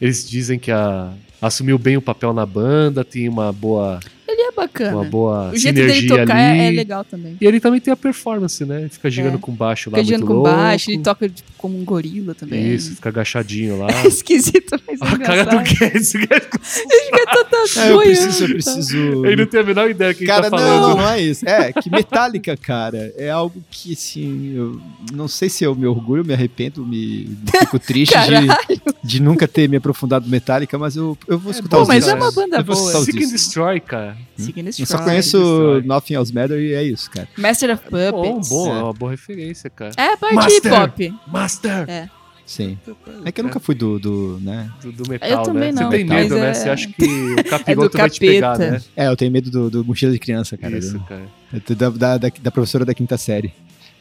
Speaker 3: Eles dizem que a- assumiu bem o papel na banda, tem uma boa
Speaker 1: Ele é bacana.
Speaker 3: Uma boa
Speaker 1: o jeito dele
Speaker 3: sinergia
Speaker 1: tocar
Speaker 3: ali.
Speaker 1: é, é legal também.
Speaker 3: E ele também tem a performance, né? Ele fica girando com baixo lá,
Speaker 1: Fica girando
Speaker 3: muito
Speaker 1: com
Speaker 3: louco.
Speaker 1: baixo, ele toca tipo, como um gorila também.
Speaker 3: Isso, fica agachadinho lá.
Speaker 1: É *laughs* esquisito, mas é
Speaker 3: a cara
Speaker 1: engraçado.
Speaker 3: do Guedes,
Speaker 1: Ele fica toda
Speaker 2: *laughs* É, eu
Speaker 1: boiando,
Speaker 2: preciso, eu
Speaker 1: tá?
Speaker 2: preciso.
Speaker 3: *laughs* ele não tem a menor ideia do que
Speaker 2: Cara,
Speaker 3: ele tá
Speaker 2: não,
Speaker 3: falando.
Speaker 2: não é isso. É, que Metallica, cara, é algo que, assim, eu não sei se eu me orgulho, me arrependo, me, me fico triste de, de nunca ter me aprofundado no Metallica, mas eu, eu vou escutar
Speaker 1: Pô,
Speaker 2: os
Speaker 1: mas é
Speaker 2: discos.
Speaker 1: uma banda
Speaker 2: Eu vou
Speaker 1: boa. assim,
Speaker 2: citar os
Speaker 3: Seek and
Speaker 2: discos.
Speaker 3: Destroy, cara.
Speaker 1: Significant
Speaker 2: Eu só
Speaker 1: Strike,
Speaker 2: conheço
Speaker 3: Destroy.
Speaker 2: Nothing Else Matter e é isso, cara.
Speaker 1: Master of Puppets.
Speaker 3: Bom, bom,
Speaker 2: É.
Speaker 3: é uma boa referência, cara.
Speaker 1: É a parte
Speaker 3: Master.
Speaker 1: hip hop.
Speaker 3: Master!
Speaker 2: Sim. É que eu nunca fui do, do, né?
Speaker 3: Do, do metal,
Speaker 1: É. Eu também
Speaker 3: né?
Speaker 1: não,
Speaker 3: Você tem
Speaker 1: mas
Speaker 3: medo,
Speaker 1: é-
Speaker 3: né? Você acha que o
Speaker 1: *laughs* É
Speaker 3: capiroto
Speaker 1: do
Speaker 3: vai te pegar,
Speaker 1: capeta.
Speaker 3: né?
Speaker 2: É, eu tenho medo do, do mochila de criança, cara.
Speaker 3: É Isso, cara.
Speaker 2: do- da, da, da, da professora da quinta série.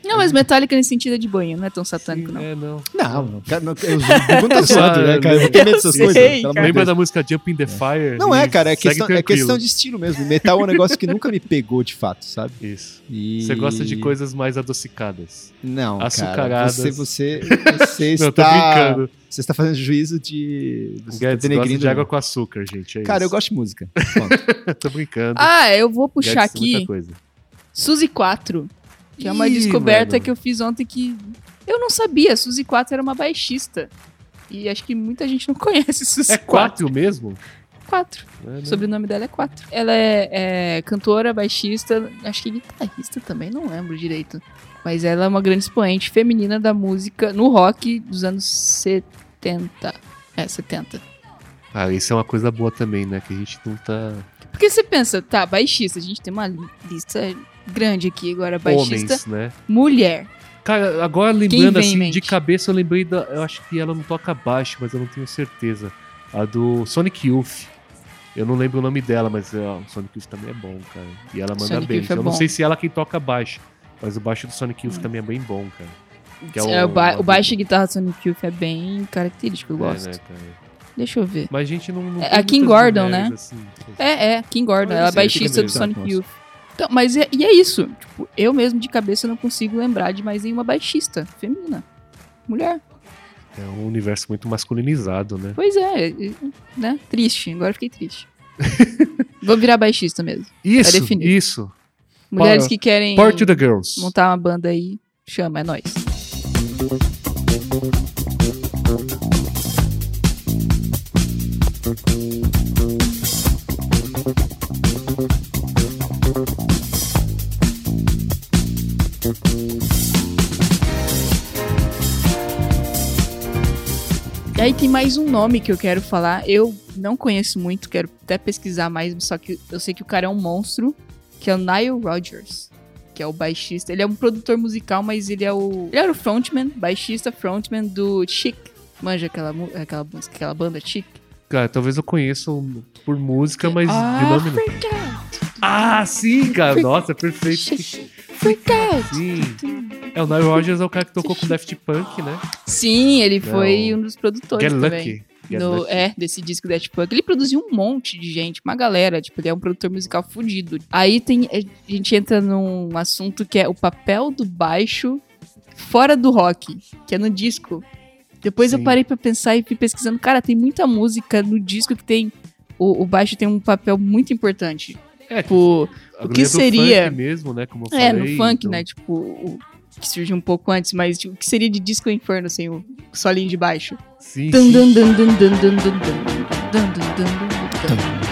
Speaker 1: Não, mas Metallica nesse sentido é de banho, não é tão satânico, não.
Speaker 3: É, não.
Speaker 2: Não, cara, não, *laughs* eu, eu não tô zoando, né, cara? Eu vou ter medo dessas
Speaker 1: Eu
Speaker 2: coisas.
Speaker 1: sei,
Speaker 2: pelo amor de
Speaker 1: cara.
Speaker 3: Lembra
Speaker 2: Deus.
Speaker 3: da música Jump in the Fire?
Speaker 2: Não é,
Speaker 3: E
Speaker 2: cara, é
Speaker 3: segue
Speaker 2: questão, é
Speaker 3: tranquilo.
Speaker 2: questão de estilo mesmo. Metal é um negócio que nunca me pegou de fato, sabe?
Speaker 3: Isso.
Speaker 2: E-
Speaker 3: Você gosta de coisas mais adocicadas.
Speaker 2: não,
Speaker 3: açucaradas.
Speaker 2: Cara, você,
Speaker 3: *laughs*
Speaker 2: você, você
Speaker 3: Não, tô
Speaker 2: está,
Speaker 3: brincando.
Speaker 2: você está fazendo juízo de você está
Speaker 3: Guedes gosta
Speaker 2: denegrindo.
Speaker 3: de água com açúcar, gente. É
Speaker 2: Cara, eu
Speaker 3: *laughs* isso.
Speaker 2: gosto de música. Ponto.
Speaker 3: Tô
Speaker 2: é.
Speaker 3: brincando.
Speaker 1: Ah, eu vou
Speaker 3: Guedes
Speaker 1: puxar
Speaker 3: tem muita
Speaker 1: aqui
Speaker 3: coisa.
Speaker 1: Suzy 4, que é uma
Speaker 3: Ih,
Speaker 1: descoberta
Speaker 3: mano.
Speaker 1: que eu fiz ontem que eu não sabia. Suzy 4 era uma baixista. E acho que muita gente não *laughs* conhece Suzy
Speaker 3: É
Speaker 1: 4.
Speaker 3: quatro mesmo?
Speaker 1: 4.
Speaker 3: É, né?
Speaker 1: O sobrenome dela é 4. Ela é, é cantora, baixista, acho que guitarrista também, não lembro direito. Mas ela é uma grande expoente feminina da música no rock dos anos 70. É, 70.
Speaker 3: Ah, isso é uma coisa boa também, né? Que a gente não tá.
Speaker 1: Porque você pensa, tá, baixista, a gente tem uma li- lista grande aqui agora, baixista,
Speaker 3: Homens, né?
Speaker 1: mulher.
Speaker 3: Cara, agora
Speaker 1: Quem
Speaker 3: lembrando
Speaker 1: vem em
Speaker 3: assim,
Speaker 1: mente?
Speaker 3: de cabeça, eu lembrei da. Eu acho que ela não toca baixo, mas eu não tenho certeza. A do Sonic Youth. Eu não lembro o nome dela, mas ó, o Sonic Youth também é bom, cara. E ela manda
Speaker 1: Sonic
Speaker 3: bem.
Speaker 1: Youth é
Speaker 3: eu não
Speaker 1: bom. Hum.
Speaker 3: sei se ela é quem toca baixo, mas o baixo do Sonic Youth também é bem bom, cara. Que é
Speaker 1: É, o,
Speaker 3: um-
Speaker 1: ba-
Speaker 3: uma
Speaker 1: o baixo e guitarra do Sonic Youth é bem característico, eu
Speaker 3: É,
Speaker 1: gosto.
Speaker 3: né, cara?
Speaker 1: Deixa eu ver.
Speaker 3: Mas a gente não. não
Speaker 1: É,
Speaker 3: tem
Speaker 1: a Kim
Speaker 3: muitas
Speaker 1: Gordon,
Speaker 3: mulheres,
Speaker 1: né?
Speaker 3: assim.
Speaker 1: É, é, Kim Gordon,
Speaker 3: Olha
Speaker 1: ela é
Speaker 3: isso, fica
Speaker 1: baixista do
Speaker 3: meio
Speaker 1: Sonic
Speaker 2: nossa.
Speaker 1: Youth. Então, mas é, e é isso. Tipo, eu mesmo de cabeça não consigo lembrar de mais nenhuma baixista feminina. Mulher.
Speaker 3: É um universo muito masculinizado, né?
Speaker 1: Pois é, e- né? Triste, agora fiquei
Speaker 3: *laughs*
Speaker 1: triste. Vou virar baixista mesmo.
Speaker 3: Isso,
Speaker 1: É definido.
Speaker 3: isso.
Speaker 1: Mulheres
Speaker 3: Power-
Speaker 1: que querem
Speaker 3: Power to the Girls.
Speaker 1: montar uma banda aí, chama, é nóis. E aí tem mais um nome que eu quero falar. Eu não conheço muito, quero até pesquisar mais, só que eu sei que o cara é um monstro, que é o Nile Rodgers, que é o baixista. Ele é um produtor musical, mas ele é o. Ele era o frontman, baixista, frontman do Chic. Manja aquela, mu- aquela música, aquela banda Chic.
Speaker 3: Cara, talvez eu conheça um- por música, mas de
Speaker 1: Ah,
Speaker 3: nome não.
Speaker 1: freak out,
Speaker 3: Ah, sim, cara. Nossa, perfeito.
Speaker 1: Chic, freak out.
Speaker 3: Sim. É, o Nile Rodgers é o cara que tocou com o Daft Punk, né?
Speaker 1: Sim, ele
Speaker 3: Não.
Speaker 1: foi um dos produtores
Speaker 3: Get
Speaker 1: também.
Speaker 3: Lucky. Get
Speaker 1: no-
Speaker 3: Lucky.
Speaker 1: é, desse disco Daft Punk. Ele produziu um monte de gente, uma galera. Tipo, ele é um produtor musical fudido. Aí tem, é, a gente entra num assunto que é o papel do baixo fora do rock, que é no disco. Depois eu
Speaker 3: Sim.
Speaker 1: parei pra pensar e fui pesquisando. Cara, tem muita música no disco que tem. O, o baixo tem um papel muito importante.
Speaker 3: É,
Speaker 1: Tipo,
Speaker 3: a
Speaker 1: o que
Speaker 3: guria do
Speaker 1: seria-
Speaker 3: Funk mesmo, né? Como eu
Speaker 1: é,
Speaker 3: falei,
Speaker 1: no funk,
Speaker 3: então-
Speaker 1: né? Tipo, o, que surgiu um pouco antes, mas tipo, o que seria de disco inferno sem o solinho de baixo?
Speaker 3: Sim,
Speaker 1: Dun,
Speaker 3: sim.
Speaker 1: dun, dun, dun, dun, dun, dun, dun. Dun, dun, dun, dun, dun, dun.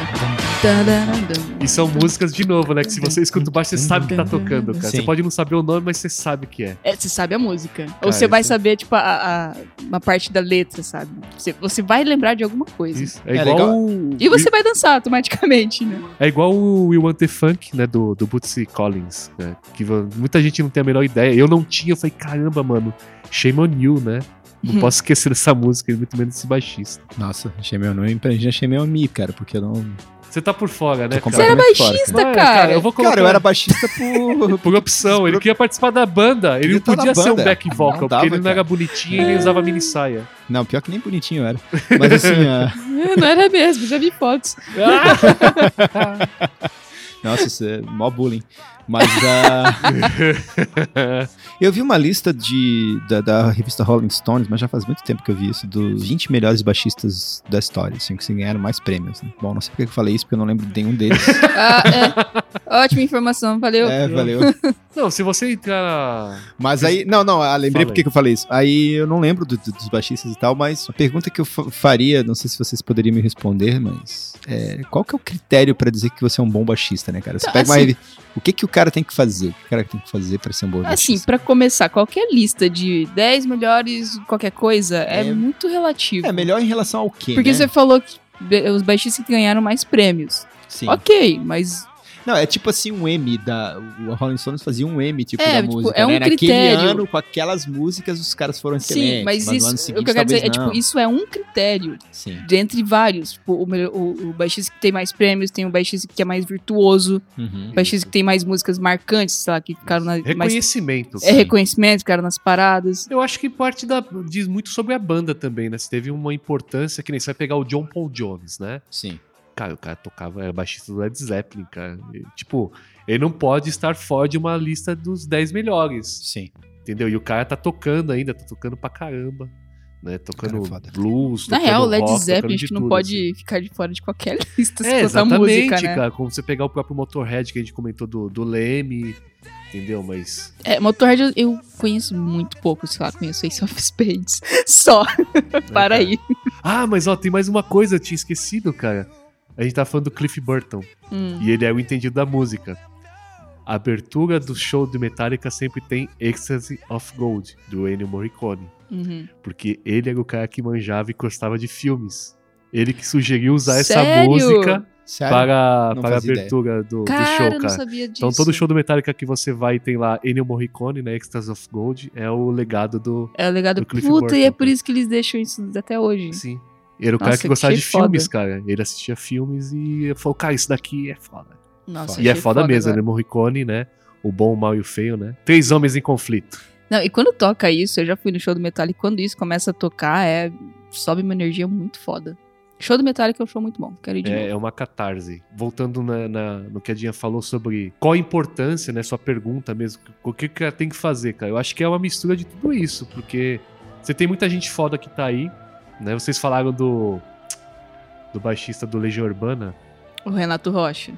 Speaker 1: Tarará, dun.
Speaker 3: E são músicas, de novo, né? Que se você escuta o baixo, você sabe que tá tocando, cara.
Speaker 2: Sim.
Speaker 3: Você pode não saber o nome, mas você sabe que é.
Speaker 1: É, você sabe a música.
Speaker 3: Ah,
Speaker 1: Ou você vai
Speaker 3: isso.
Speaker 1: saber, tipo, a, a- uma parte da letra, sabe? Você, você vai lembrar de alguma coisa.
Speaker 3: Isso. É,
Speaker 2: É
Speaker 3: igual
Speaker 2: legal.
Speaker 3: o...
Speaker 1: E você vai dançar automaticamente, né?
Speaker 3: É igual o We Want the Funk, né? Do, do Bootsy Collins, né? Que va- muita gente não tem a menor ideia. Eu não tinha, eu falei, caramba, mano, shame on you, né?
Speaker 1: Uhum.
Speaker 3: Não posso esquecer dessa música, e muito menos esse baixista.
Speaker 2: *laughs* Nossa, achei meu nome, pra gente achei meu Mi, cara, porque eu não.
Speaker 3: Você tá por fora, né?
Speaker 2: Tô
Speaker 3: cara?
Speaker 1: Você era
Speaker 2: Completamente fora,
Speaker 1: baixista,
Speaker 3: Mas,
Speaker 1: cara.
Speaker 3: eu vou colocar...
Speaker 2: Cara, eu era baixista por.
Speaker 3: *laughs* Por opção, ele queria participar da banda. Ele
Speaker 2: Queria
Speaker 3: não
Speaker 2: tá na
Speaker 3: podia ser um
Speaker 2: banda.
Speaker 3: back vocal,
Speaker 2: Não dava,
Speaker 3: porque ele não
Speaker 2: cara.
Speaker 3: era bonitinho e nem usava
Speaker 2: *laughs*
Speaker 3: mini saia.
Speaker 2: Não, pior que nem bonitinho
Speaker 3: *laughs*
Speaker 2: eu era. Mas assim, a-
Speaker 1: Não era mesmo, já vi fotos.
Speaker 3: Ah!
Speaker 2: Nossa, isso é mó bullying. Mas
Speaker 3: *laughs*
Speaker 2: ah, eu vi uma lista de, da, da revista Rolling Stones, mas já faz muito tempo que eu vi isso, dos 20 melhores baixistas da história, assim, que ganharam mais prêmios. né? Bom, não sei porque eu falei isso, porque eu não lembro de nenhum deles.
Speaker 1: Ah, é. Ótima informação, valeu.
Speaker 2: é, valeu.
Speaker 3: Não, se você entrar.
Speaker 2: Mas aí, não, não, ah, lembrei
Speaker 3: Fala
Speaker 2: porque
Speaker 3: aí.
Speaker 2: que eu falei isso. Aí eu não lembro do- do- dos baixistas e tal, mas a pergunta que eu fa- faria, não sei se vocês poderiam me responder, mas é, qual que é o critério pra dizer que você é um bom baixista, né, cara? Você
Speaker 1: Tá,
Speaker 2: pega uma
Speaker 1: assim-
Speaker 2: revi- o que que o cara tem que fazer? O que o cara tem que fazer pra ser um bom
Speaker 1: Assim,
Speaker 2: baixista?
Speaker 1: pra começar, qualquer lista de 10 melhores qualquer coisa é,
Speaker 2: É.
Speaker 1: muito relativo.
Speaker 2: é melhor em relação ao quê,
Speaker 1: Porque
Speaker 2: né?
Speaker 1: você falou que be- os baixistas que ganharam mais prêmios.
Speaker 2: Sim.
Speaker 1: Ok, mas
Speaker 2: Não, é tipo assim um M da o Rolling Stones fazia um M tipo
Speaker 1: É,
Speaker 2: da
Speaker 1: tipo,
Speaker 2: música,
Speaker 1: é um
Speaker 2: né?
Speaker 1: critério.
Speaker 2: Naquele ano com aquelas músicas os caras foram excelentes,
Speaker 1: sim, mas,
Speaker 2: no ano
Speaker 1: isso,
Speaker 2: seguinte,
Speaker 1: o que eu quero dizer é
Speaker 2: talvez
Speaker 1: tipo,
Speaker 2: não.
Speaker 1: isso é um critério
Speaker 2: Sim.
Speaker 1: dentre vários. Tipo, o, melhor- o, o baixista que tem mais prêmios, tem o baixista que é mais virtuoso,
Speaker 2: Uhum.
Speaker 1: o baixista que tem mais músicas marcantes, sei lá, que ficaram na, mais
Speaker 3: Reconhecimento.
Speaker 1: é reconhecimento, ficaram nas paradas.
Speaker 3: Eu acho que parte da. diz muito sobre a banda também, né? Se teve uma importância, que nem você vai pegar o John Paul Jones, né?
Speaker 2: Sim.
Speaker 3: Cara, o cara tocava, era baixista do Led Zeppelin, cara. E, tipo, ele não pode estar fora de uma lista dos 10 melhores,
Speaker 2: Sim.
Speaker 3: entendeu? E o cara tá tocando ainda, tá tocando pra caramba. Né? Tocando
Speaker 2: Cara é foda.
Speaker 3: blues,
Speaker 1: Na
Speaker 3: tocando
Speaker 1: real, o Led
Speaker 3: rock,
Speaker 1: Zeppelin
Speaker 3: tocando
Speaker 1: acho
Speaker 3: de
Speaker 1: que não
Speaker 3: tudo,
Speaker 1: pode
Speaker 3: assim.
Speaker 1: ficar de fora de qualquer *laughs* lista se
Speaker 3: É,
Speaker 1: contar
Speaker 3: exatamente,
Speaker 1: música, né?
Speaker 3: cara. Como você pegar o próprio Motorhead que a gente comentou do, do Leme, entendeu? Mas.
Speaker 1: É, Motorhead eu- eu conheço muito pouco, sei lá, conheço Ace *laughs* of Spades. Só. Para
Speaker 3: É, cara.
Speaker 1: aí.
Speaker 3: Ah, mas ó, tem mais uma coisa, eu tinha esquecido, cara. A gente tá falando do Cliff Burton.
Speaker 1: Hum.
Speaker 3: E ele é o entendido da música. A abertura do show do Metallica sempre tem Ecstasy of Gold, do Ennio Morricone.
Speaker 1: Uhum.
Speaker 3: Porque ele era o cara que manjava e gostava de filmes. Ele que sugeriu usar essa
Speaker 1: Sério?
Speaker 3: música
Speaker 2: Sério?
Speaker 3: para,
Speaker 2: Não
Speaker 3: para a
Speaker 2: fazia ideia.
Speaker 3: abertura do, do
Speaker 1: Cara,
Speaker 3: show,
Speaker 1: eu não
Speaker 3: cara.
Speaker 1: sabia disso.
Speaker 3: Então todo show do Metallica que você vai tem lá Ennio Morricone, né, Ecstasy of Gold, é o legado do...
Speaker 1: É o legado
Speaker 3: do Cliff
Speaker 1: puta, e é
Speaker 3: Burton,
Speaker 1: por
Speaker 3: cara.
Speaker 1: isso que eles deixam isso até hoje.
Speaker 3: Sim. Era o cara
Speaker 1: Nossa,
Speaker 3: que gostava de
Speaker 1: que foda.
Speaker 3: filmes, cara. Ele assistia filmes e falou, cara, isso daqui é foda.
Speaker 1: Nossa,
Speaker 3: E é
Speaker 1: achei
Speaker 3: foda, mesmo,
Speaker 1: agora.
Speaker 3: né? Morricone, né? O bom, o mal e o feio, né? Três homens em conflito.
Speaker 1: Não, e quando toca isso, eu já fui no show do Metallica, e quando isso começa a tocar, é sobe uma energia muito foda. Show do Metallica é um show muito bom, quero ir de
Speaker 3: É,
Speaker 1: novo.
Speaker 3: é uma catarse. Voltando na- na- no que a Dinha falou sobre qual a importância, né? Sua pergunta mesmo. O que que ela tem que fazer, cara? Eu acho que é uma mistura de tudo isso, porque você tem muita gente foda que tá aí, né? Vocês falaram do. do baixista do Legião Urbana.
Speaker 1: O Renato Rocha.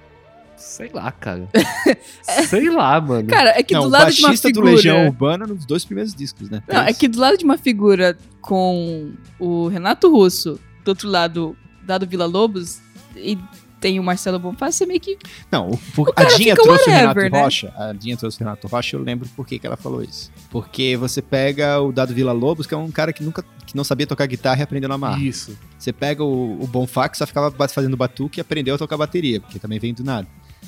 Speaker 3: Sei
Speaker 1: *laughs*
Speaker 3: lá, cara. Sei lá, mano.
Speaker 1: Cara, é que
Speaker 2: não,
Speaker 1: do
Speaker 2: o
Speaker 1: lado de uma
Speaker 2: baixista
Speaker 1: figura...
Speaker 2: do Legião Urbana nos dois primeiros discos, né?
Speaker 1: Não, é que do lado de uma figura com o Renato Russo, do outro lado, dado Vila Lobos, e tem o Marcelo Bonfácio, você meio que.
Speaker 2: Não, o- por-
Speaker 1: O
Speaker 2: a
Speaker 1: cara
Speaker 2: Dinha
Speaker 1: fica
Speaker 2: trouxe o
Speaker 1: whatever,
Speaker 2: Renato
Speaker 1: né?
Speaker 2: Rocha. A Dinha trouxe o Renato Rocha, eu lembro por que, que ela falou isso. Porque você pega o Dado Vila Lobos, que é um cara que nunca que não sabia tocar guitarra e aprendeu na marra.
Speaker 3: Isso.
Speaker 2: Você pega o, o Bonfá, que só ficava ba- fazendo batuque e aprendeu a tocar bateria, porque também vem do nada.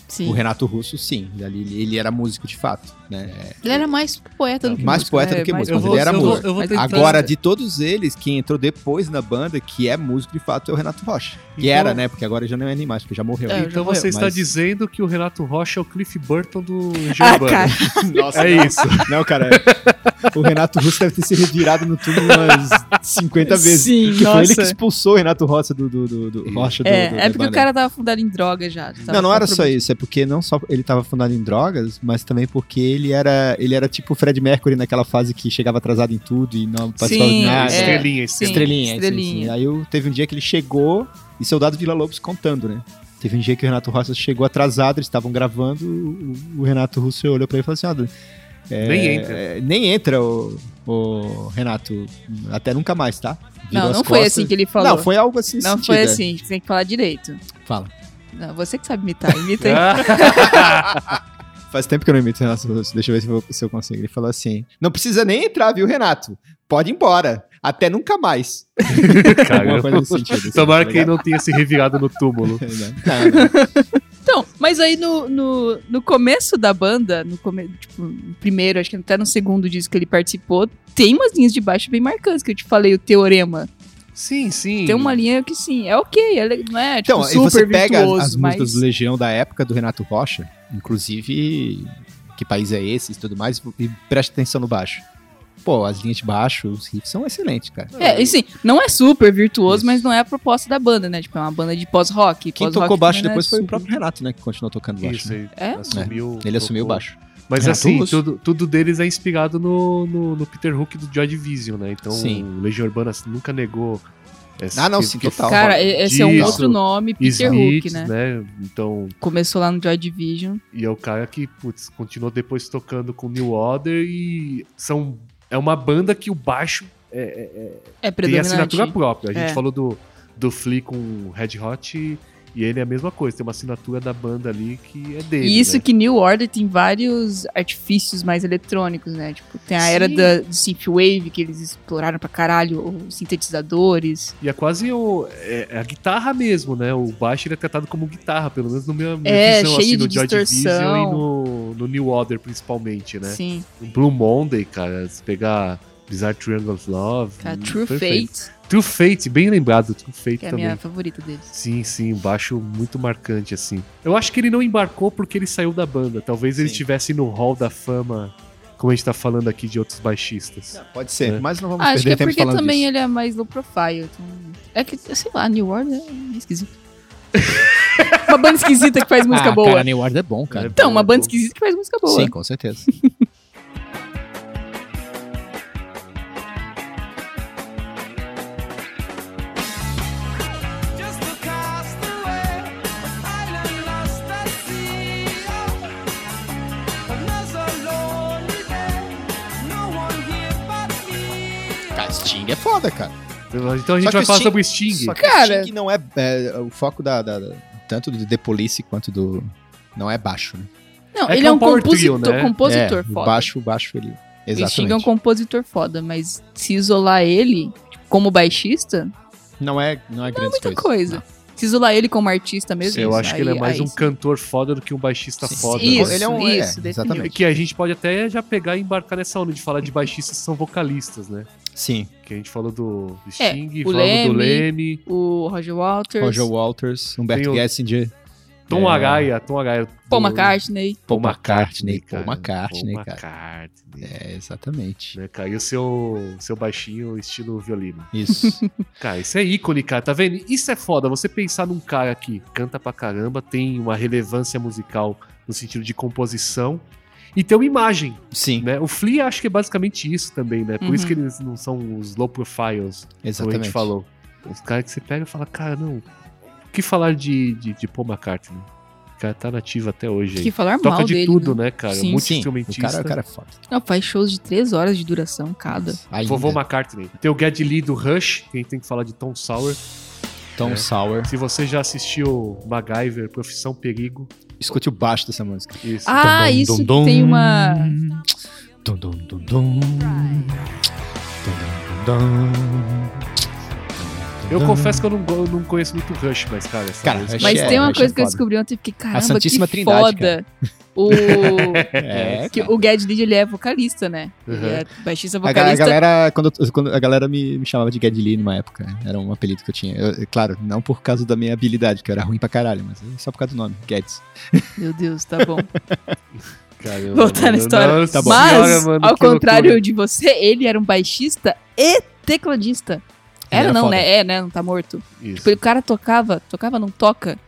Speaker 1: Sim.
Speaker 2: O Renato Russo, sim, ele, ele- ele era músico de fato, né?
Speaker 1: Ele era mais poeta do que
Speaker 2: Mais
Speaker 1: músico,
Speaker 2: poeta
Speaker 1: né?
Speaker 2: do que
Speaker 1: Mais
Speaker 2: músico, mas
Speaker 1: poeta.
Speaker 2: ele era
Speaker 3: eu vou-
Speaker 2: músico.
Speaker 3: eu vou
Speaker 1: Mas
Speaker 3: tentar-
Speaker 2: Agora, de todos eles, quem entrou depois na banda, que é músico de fato, é o Renato Rocha. Que
Speaker 3: Então-
Speaker 2: era, né? Porque agora já não é nem mais, porque já morreu.
Speaker 1: É,
Speaker 3: Então
Speaker 1: já
Speaker 3: você
Speaker 2: morreu,
Speaker 3: está
Speaker 2: mas-
Speaker 3: dizendo que o Renato Rocha é o Cliff
Speaker 1: *laughs*
Speaker 3: Burton do Legião
Speaker 1: Ah,
Speaker 3: Urbana.
Speaker 1: cara,
Speaker 2: Nossa,
Speaker 3: É
Speaker 1: *laughs*
Speaker 3: isso.
Speaker 2: Não, cara. O Renato Russo deve ter se revirado no túmulo umas 50 vezes.
Speaker 1: Sim,
Speaker 2: que foi ele que
Speaker 1: nossa.
Speaker 2: expulsou o Renato Rocha do, do, do, do- Rocha do- do-
Speaker 1: é,
Speaker 2: da
Speaker 1: é porque o
Speaker 2: banda.
Speaker 1: cara tava fundado em droga já. tava
Speaker 2: Não, não era só
Speaker 1: comprometido.
Speaker 2: isso, é porque não só ele tava fundado em drogas, mas também porque ele era, ele era tipo o Fred Mercury naquela fase que chegava atrasado em tudo e não participava
Speaker 1: Sim,
Speaker 2: de
Speaker 3: Ah,
Speaker 2: nada.
Speaker 1: é.
Speaker 3: estrelinha,
Speaker 1: Sim.
Speaker 3: estrelinha.
Speaker 2: Estrelinha,
Speaker 1: Estrelinha.
Speaker 2: Estrelinha. Aí eu, teve um dia que ele chegou e soldado Vila Lobos contando, né? Teve um dia que o Renato Rocha chegou atrasado, eles estavam gravando, o, o Renato Russo olhou pra ele e falou assim: "Ah,
Speaker 3: Nem entra.
Speaker 2: É, nem entra o, o Renato, até nunca mais, tá? Virou
Speaker 1: Não,
Speaker 2: as
Speaker 1: não foi
Speaker 2: costas.
Speaker 1: assim que ele falou.
Speaker 2: Não, foi algo assim.
Speaker 1: Não
Speaker 2: sentido,
Speaker 1: foi
Speaker 2: é.
Speaker 1: assim, você tem que falar direito.
Speaker 2: Fala.
Speaker 1: Não, você que sabe
Speaker 2: *laughs*
Speaker 1: imitar, imita
Speaker 2: É.
Speaker 1: aí.
Speaker 3: Ah.
Speaker 2: Faz tempo que eu não imito o Renato Russo, deixa eu ver se eu, se eu consigo. Ele falou assim: não precisa nem entrar, viu, Renato? Pode ir embora. Até nunca
Speaker 3: *laughs*
Speaker 2: mais. Alguma coisa nesse sentido. assim,
Speaker 3: Tomara
Speaker 2: tá
Speaker 3: que ele
Speaker 2: ligado? Tá
Speaker 3: não tenha se revirado no túmulo.
Speaker 1: *laughs*
Speaker 2: Não, não.
Speaker 1: Então, mas aí no, no, no começo da banda, no come, tipo, no primeiro, acho que até no segundo disco que ele participou, tem umas linhas de baixo bem marcantes, que eu te falei, o Teorema.
Speaker 3: Sim, sim.
Speaker 1: Tem uma linha que sim, é ok, é, le- não é tipo,
Speaker 2: Então,
Speaker 1: super
Speaker 2: e você pega as,
Speaker 1: virtuoso,
Speaker 2: as
Speaker 1: mas...
Speaker 2: músicas do Legião da época do Renato Rocha, inclusive que país é esse e tudo mais, e preste atenção no baixo. pô, as linhas de baixo, os riffs são excelentes, cara.
Speaker 1: É, e sim, não é super virtuoso,
Speaker 2: Isso.
Speaker 1: mas não é a proposta da banda, né? Tipo, é uma banda de pós-rock.
Speaker 2: Quem
Speaker 1: Pós-rock
Speaker 2: tocou baixo
Speaker 1: também não é
Speaker 2: depois foi o
Speaker 1: super-
Speaker 2: próprio Renato, né? Que continuou tocando baixo.
Speaker 3: Isso
Speaker 2: né?
Speaker 3: aí.
Speaker 1: É?
Speaker 3: Assumiu,
Speaker 2: Ele assumiu o
Speaker 3: tocou.
Speaker 2: basso.
Speaker 3: Mas
Speaker 2: Renato
Speaker 3: assim,
Speaker 2: Russo.
Speaker 3: tudo, tudo deles é inspirado no, no, no Peter Hook do Joy Division, né? Então,
Speaker 2: Sim.
Speaker 3: Legião Urbana assim, nunca negou. essa-
Speaker 2: Ah, não,
Speaker 3: que-
Speaker 2: sim,
Speaker 3: que
Speaker 2: total.
Speaker 1: Cara,
Speaker 3: fala
Speaker 1: e- esse é um
Speaker 3: disso,
Speaker 1: outro nome, Peter Hook,
Speaker 3: Smiths,
Speaker 1: né?
Speaker 3: Então,
Speaker 1: Começou lá no Joy Division.
Speaker 3: e é o cara que, putz, continuou depois tocando com New Order e são é uma banda que o baixo é, é- é-
Speaker 1: É
Speaker 3: tem
Speaker 1: predominante.
Speaker 3: assinatura própria. A gente
Speaker 1: É.
Speaker 3: falou do do Flea com Red Hot e, e ele é a mesma coisa, tem uma assinatura da banda ali que é dele.
Speaker 1: E isso
Speaker 3: né?
Speaker 1: que New Order tem vários artifícios mais eletrônicos, né? Tipo, tem a era
Speaker 3: Sim.
Speaker 1: da, do synthwave, que eles exploraram pra caralho, os sintetizadores.
Speaker 3: E é quase o, é, é a guitarra mesmo, né? O baixo ele é tratado como guitarra, pelo menos no meu minha
Speaker 1: É,
Speaker 3: visão, assim,
Speaker 1: cheio
Speaker 3: no
Speaker 1: de
Speaker 3: Joy Division
Speaker 1: distorção.
Speaker 3: e no, no New Order, principalmente, né?
Speaker 1: Sim,
Speaker 3: Blue Monday, cara, se pegar Bizarre Triangle of Love.
Speaker 1: cara,
Speaker 3: hum,
Speaker 1: True
Speaker 3: perfeito.
Speaker 1: Fate,
Speaker 3: True Fate, bem lembrado, True Fate
Speaker 1: que é a
Speaker 3: também.
Speaker 1: minha favorita deles.
Speaker 3: Sim, sim, um baixo muito marcante, assim. Eu acho que ele não embarcou porque ele saiu da banda. Talvez ele
Speaker 2: Sim.
Speaker 3: estivesse no hall da fama, como a gente tá falando aqui de outros baixistas.
Speaker 2: Pode ser,
Speaker 3: É.
Speaker 2: mas não vamos
Speaker 1: Ah, acho que
Speaker 2: perder
Speaker 1: é
Speaker 2: tempo
Speaker 1: porque
Speaker 2: falando
Speaker 1: também
Speaker 2: disso.
Speaker 1: ele é mais low profile. então- É que, sei lá, New Order é meio esquisito.
Speaker 2: *laughs*
Speaker 1: uma banda esquisita que faz música
Speaker 2: ah,
Speaker 1: boa.
Speaker 2: cara, New Order é bom, cara.
Speaker 1: Então, uma banda esquisita que faz música boa.
Speaker 2: Sim, com certeza.
Speaker 6: Just a castaway, island lost at sea. Another lonely day, no one here but me.
Speaker 2: Cara, Sting é foda, cara.
Speaker 3: Então a gente
Speaker 2: Só que
Speaker 3: vai
Speaker 2: o
Speaker 3: falar
Speaker 2: Sting-
Speaker 3: sobre o Sting.
Speaker 2: Só que
Speaker 1: Cara.
Speaker 2: o Sting não é, é, o foco da, da- da- tanto do The Police quanto do não é baixo, né?
Speaker 1: Não,
Speaker 3: É que
Speaker 1: ele
Speaker 3: é
Speaker 1: é
Speaker 3: um
Speaker 1: um,
Speaker 3: power trio,
Speaker 1: compositor,
Speaker 3: né?
Speaker 1: compositor
Speaker 2: é, o
Speaker 1: foda.
Speaker 2: baixo, o baixo ele
Speaker 1: O
Speaker 2: exatamente.
Speaker 1: Sting é um compositor foda, mas se isolar ele tipo, como baixista,
Speaker 2: Não é, não é grande
Speaker 1: muita coisa. Se isolar ele como artista mesmo,
Speaker 3: né? Eu
Speaker 1: isso,
Speaker 3: acho que ele é
Speaker 1: aí-
Speaker 3: mais
Speaker 1: aí
Speaker 3: um
Speaker 1: sim.
Speaker 3: cantor foda do que um baixista
Speaker 2: Sim.
Speaker 3: foda.
Speaker 1: Isso,
Speaker 3: né?
Speaker 2: Ele é um- é,
Speaker 1: isso,
Speaker 2: exatamente.
Speaker 1: definitivamente.
Speaker 3: Que a gente pode até já pegar e embarcar nessa onda de falar de baixistas que são vocalistas, né?
Speaker 2: Sim,
Speaker 3: Que a gente falou do
Speaker 1: É,
Speaker 3: Sting,
Speaker 1: o
Speaker 3: falamos
Speaker 1: Leme,
Speaker 3: do Leme,
Speaker 1: O Roger Walters,
Speaker 2: Roger Walters, Humberto
Speaker 3: Tem o-
Speaker 2: Gessinger,
Speaker 3: Tom
Speaker 2: É.
Speaker 3: Araya, Tom Araya.
Speaker 1: Paul
Speaker 3: do-
Speaker 1: McCartney.
Speaker 2: Paul McCartney, Paul
Speaker 3: cara.
Speaker 2: McCartney,
Speaker 3: Paul
Speaker 2: cara.
Speaker 3: McCartney.
Speaker 2: É, exatamente.
Speaker 3: né, cara? E o seu, seu baixinho estilo violino. *laughs*
Speaker 2: Isso.
Speaker 3: Cara, isso é ícone, cara, tá vendo? Isso é foda, você pensar num cara que canta pra caramba, tem uma relevância musical no sentido de composição e tem uma imagem,
Speaker 2: Sim,
Speaker 3: né? O Flea acho que é basicamente isso também, né? Por
Speaker 1: Uhum.
Speaker 3: isso que eles não são os low profiles, como a
Speaker 2: exatamente.
Speaker 3: gente falou. Os caras que você pega e fala, cara, não, o que falar de, de, de Paul McCartney? O cara tá nativo até hoje
Speaker 1: Que
Speaker 3: aí.
Speaker 1: falar
Speaker 3: Toca
Speaker 1: mal
Speaker 3: de
Speaker 1: dele.
Speaker 3: tudo,
Speaker 1: né?
Speaker 3: né, cara?
Speaker 1: Sim,
Speaker 2: Sim, o
Speaker 3: Multi-instrumentista.
Speaker 2: cara, o cara é foda.
Speaker 1: Não, faz shows de três horas de duração cada.
Speaker 2: Ainda.
Speaker 3: Vovô McCartney. Tem o Geddy Lee do Rush, que a gente tem que falar de Tom Sauer.
Speaker 2: Tom Sauer.
Speaker 3: Se você já assistiu MacGyver, Profissão Perigo,
Speaker 2: Escute o baixo dessa música.
Speaker 3: isso.
Speaker 1: Ah,
Speaker 2: Dum, dum,
Speaker 1: isso que
Speaker 2: dum,
Speaker 1: tem uma...
Speaker 2: Dum, dum, dum, dum. Dum, dum, dum, dum.
Speaker 3: eu confesso que eu não, go- eu não conheço muito Rush, mas, cara, essa
Speaker 2: Cara,
Speaker 3: música-
Speaker 2: Rush
Speaker 1: Mas
Speaker 2: é-
Speaker 1: tem uma
Speaker 2: Rush é
Speaker 1: coisa que eu
Speaker 2: foda.
Speaker 1: descobri ontem e fiquei, caramba,
Speaker 2: Santíssima
Speaker 1: que
Speaker 2: Trindade,
Speaker 1: foda.
Speaker 3: *laughs*
Speaker 1: O...
Speaker 2: É,
Speaker 1: que
Speaker 2: cara.
Speaker 1: o Gad Lee, ele é vocalista, né? Ele
Speaker 3: Uhum.
Speaker 1: é baixista
Speaker 2: A, ga- a
Speaker 1: vocalista.
Speaker 2: galera, quando, eu- quando a galera me, me chamava de Gadly numa época, era um apelido que eu tinha. Eu- claro, não por causa da minha habilidade, que eu era ruim pra caralho, mas só por causa do nome, Gads.
Speaker 1: Meu Deus, tá
Speaker 2: *laughs*
Speaker 1: bom.
Speaker 3: Caramba,
Speaker 1: Voltar
Speaker 3: mano,
Speaker 1: na história.
Speaker 2: tá
Speaker 3: nossa
Speaker 1: Mas,
Speaker 3: senhora, mano,
Speaker 1: ao
Speaker 3: que loucura.
Speaker 1: contrário de você, ele era um baixista e tecladista.
Speaker 2: Ele
Speaker 1: Era,
Speaker 2: era
Speaker 1: não,
Speaker 2: foda.
Speaker 1: né? É, né? Não tá morto.
Speaker 3: Isso.
Speaker 1: Tipo, o cara tocava, tocava, não toca.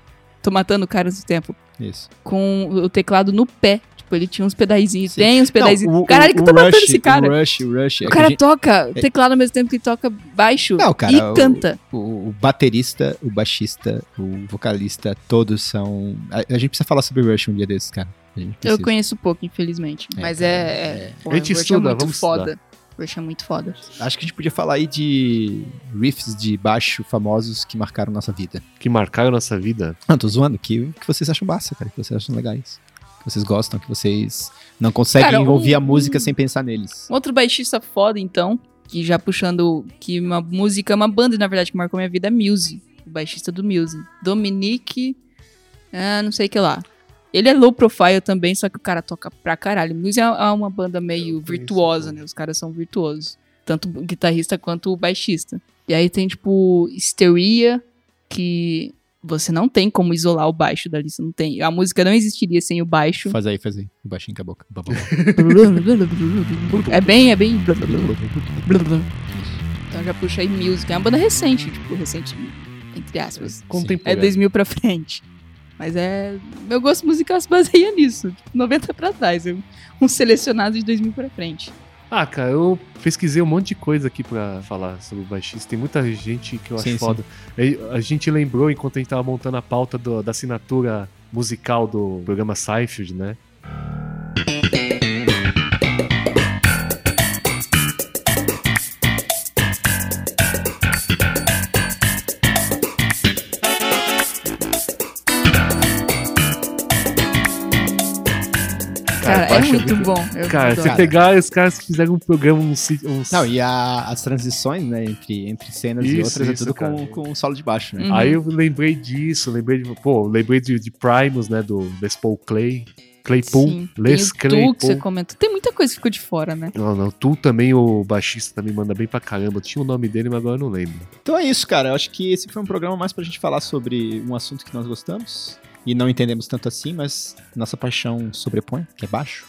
Speaker 1: Tô matando o cara do tempo.
Speaker 2: Isso.
Speaker 1: Com o teclado no pé. Tipo, ele tinha uns pedaizinhos.
Speaker 2: Sim.
Speaker 1: Tem uns pedaizinhos. Caralho, que eu tô matando esse cara.
Speaker 2: O Rush, o Rush. é
Speaker 1: O
Speaker 2: que a
Speaker 1: cara
Speaker 2: gente-
Speaker 1: toca teclado ao mesmo tempo que toca baixo
Speaker 2: Não, cara,
Speaker 1: e
Speaker 2: o-
Speaker 1: canta.
Speaker 2: o, o baterista, o baixista, o vocalista, todos são. A, a gente precisa falar sobre o Rush um dia desses, cara. A gente
Speaker 1: Eu
Speaker 2: precisa.
Speaker 1: conheço pouco, infelizmente.
Speaker 2: É,
Speaker 1: mas
Speaker 2: cara,
Speaker 1: é. é... Pô,
Speaker 3: A gente
Speaker 1: o Rush
Speaker 3: estuda,
Speaker 1: é muito
Speaker 3: vamos
Speaker 1: foda. O Rush é muito foda.
Speaker 2: Acho que a gente podia falar aí de riffs de baixo famosos que marcaram nossa vida.
Speaker 3: Que marcaram nossa vida.
Speaker 2: Não, tô zoando. Que, que vocês acham massa, cara. Que vocês acham legais. Que vocês gostam, que vocês não conseguem
Speaker 1: Cara, um-
Speaker 2: ouvir a música sem pensar neles.
Speaker 1: Um Outro baixista foda, então, que já puxando que uma música, uma banda, na verdade, que marcou minha vida é Muse. O baixista do Muse. Dominique. Ah, não sei o que lá. Ele é low profile também, só que o cara toca pra caralho. Muse é é uma banda meio
Speaker 3: Eu conheço
Speaker 1: virtuosa,
Speaker 3: também.
Speaker 1: né? Os caras são virtuosos. Tanto o guitarrista quanto o baixista. E aí tem, tipo, Histeria, que Você não tem como isolar o baixo da lista, não tem. A música não existiria sem o baixo.
Speaker 2: Faz aí, faz aí. Um Baixinho com a boca. Babá.
Speaker 1: É bem, é bem. Então já puxa aí Music. É uma banda recente, tipo, recente, entre aspas. É
Speaker 3: Contemporâneo.
Speaker 1: 2000 pra frente. Mas é. Meu gosto musical se baseia nisso. 90 pra trás. eu- Um selecionado de 2000 pra frente.
Speaker 3: Ah, cara, eu pesquisei um monte de coisa aqui pra falar sobre o baixista. Tem muita gente que eu acho
Speaker 2: Sim, sim.
Speaker 3: foda. E A gente lembrou, enquanto a gente tava montando a pauta do- da assinatura musical do programa Seinfeld, né?
Speaker 1: Cara,
Speaker 3: eu
Speaker 1: é
Speaker 3: acho
Speaker 1: muito bom. Eu
Speaker 3: Cara,
Speaker 1: adoro.
Speaker 3: você pegar os caras que fizeram um programa, um, si- um
Speaker 2: Não, e a- as transições, né, entre, entre cenas e
Speaker 3: Isso,
Speaker 2: outras é
Speaker 3: isso,
Speaker 2: tudo
Speaker 3: cara.
Speaker 2: com, com solo de baixo, né?
Speaker 1: Uhum.
Speaker 3: Aí eu lembrei disso, lembrei de. Pô, lembrei de, de Primus, né? Do Les Paul Clay. Claypool.
Speaker 1: Sim,
Speaker 3: Les
Speaker 1: tem o Tu que você
Speaker 3: Claypool.
Speaker 1: comentou. Tem muita coisa que ficou de fora, né?
Speaker 3: Não, não, tu também, o baixista também manda bem pra caramba. Tinha o nome dele, mas agora eu não lembro.
Speaker 2: Então é isso, cara. Eu acho que esse foi um programa mais pra gente falar sobre um assunto que nós gostamos e não entendemos tanto assim, mas nossa paixão sobrepõe, que
Speaker 1: *laughs*
Speaker 2: é baixo.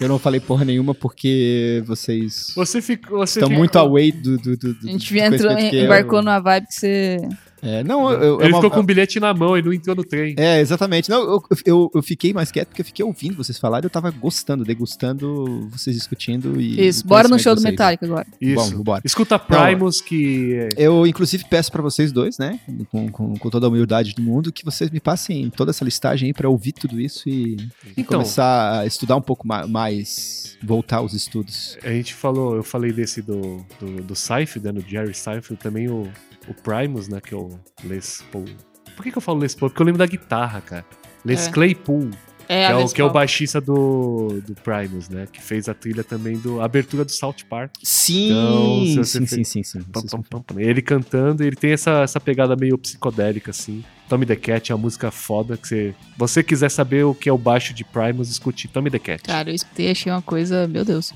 Speaker 2: Eu não falei porra nenhuma porque vocês
Speaker 3: Você ficou. Você
Speaker 2: estão Tá muito away do, do, do, do
Speaker 1: A
Speaker 2: do
Speaker 1: gente entrou,
Speaker 2: conhecimento que é eu-
Speaker 1: embarcou numa vibe que você.
Speaker 2: É, não, eu, eu- é
Speaker 3: Ele
Speaker 2: uma-
Speaker 3: ficou com o bilhete na mão e não entrou no trem.
Speaker 2: É, exatamente. Não, eu, eu, eu fiquei mais quieto porque eu fiquei ouvindo vocês falarem, eu tava gostando, degustando vocês discutindo e.
Speaker 1: Isso,
Speaker 2: o
Speaker 1: bora no
Speaker 2: conhecimento
Speaker 1: show do
Speaker 2: de vocês.
Speaker 1: Metallica agora.
Speaker 3: Isso.
Speaker 2: Bom, bora.
Speaker 3: Escuta Primus, que. é-
Speaker 2: Eu, inclusive, peço pra vocês dois, né, com, com, com toda a humildade do mundo, que vocês me passem toda essa listagem aí pra eu ouvir tudo isso e
Speaker 3: Então,
Speaker 2: começar a estudar um pouco ma- mais, voltar aos estudos.
Speaker 3: a gente falou, eu falei desse do, do, do Seinfeld, né? Do Jerry Seinfeld, também o, o Primus, né? Que é o Les Paul. Por que, que eu falo Les Paul? Porque eu lembro da guitarra, cara. Les
Speaker 1: É.
Speaker 3: Claypool.
Speaker 1: É,
Speaker 3: que, é o, que é o baixista do, do Primus, né? Que fez a trilha também do a abertura do South Park.
Speaker 2: Sim,
Speaker 3: Então, se você
Speaker 2: sim, sim,
Speaker 3: fez-
Speaker 2: sim, sim.
Speaker 3: Pam, pam, pam, pam. Ele cantando, ele tem essa, essa pegada meio psicodélica, assim. Tommy the Cat é uma música foda que você. Você quiser saber o que é o baixo de Primus, escute Tommy the Cat.
Speaker 1: Cara, eu escutei achei uma coisa. Meu Deus.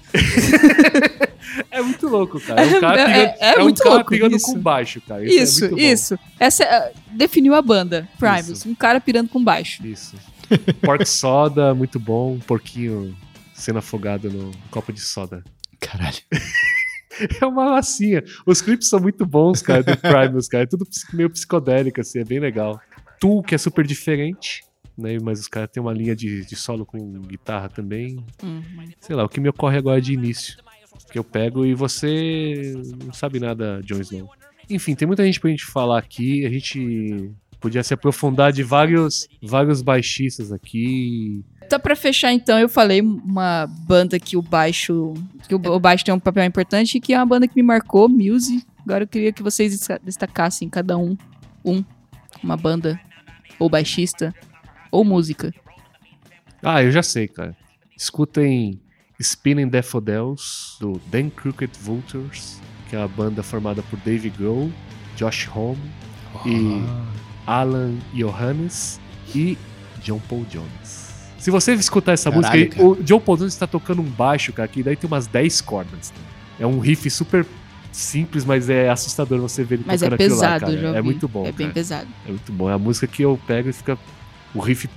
Speaker 3: É muito louco,
Speaker 1: *laughs*
Speaker 3: cara. É um cara
Speaker 1: É-
Speaker 3: pegando,
Speaker 1: é
Speaker 3: um
Speaker 1: muito
Speaker 3: cara
Speaker 1: louco,
Speaker 3: pirando
Speaker 1: isso.
Speaker 3: com baixo, cara.
Speaker 1: Isso,
Speaker 3: é muito bom.
Speaker 1: isso. Essa é- definiu a banda, Primus.
Speaker 3: Isso.
Speaker 1: Um cara pirando com baixo.
Speaker 3: Isso. Pork soda, muito bom. Um porquinho sendo afogado no copo de soda.
Speaker 2: Caralho.
Speaker 3: *laughs* É uma massinha. Os clipes são muito bons, cara, do Primus, cara. É tudo ps- meio psicodélico, assim, é bem legal. Tu, que é super diferente, né? Mas os caras têm uma linha de, de solo com guitarra também. Sei lá, o que me ocorre agora é de início. Que eu pego e você não sabe nada, Jon Snow. Enfim, tem muita gente pra gente falar aqui. A gente podia se aprofundar de vários, vários baixistas aqui.
Speaker 1: Então, pra fechar, então, eu falei uma banda que o baixo. Que o, o baixo tem um papel importante, que é uma banda que me marcou, Muse. Agora eu queria que vocês desca- destacassem cada um. Um. Uma banda. Ou baixista. Ou música.
Speaker 3: Ah, eu já sei, cara. Escutem Spinning Daffodils, do Dan Crooked Vultures, que é uma banda formada por Dave Grohl, Josh Home, E- Alan Johannes e John Paul Jones. Se você escutar essa
Speaker 2: Caralho,
Speaker 3: música,
Speaker 2: cara.
Speaker 3: aí, o John Paul Jones tá tocando um baixo, cara, que daí tem umas 10 cordas. É um riff super simples, mas é assustador você ver ele
Speaker 1: Mas é
Speaker 3: tocando aquilo lá,
Speaker 1: pesado,
Speaker 3: cara.
Speaker 1: já
Speaker 3: É
Speaker 1: ouvi.
Speaker 3: muito bom,
Speaker 1: É bem
Speaker 3: cara.
Speaker 1: pesado.
Speaker 3: É muito bom. É a música que eu pego e fica o riff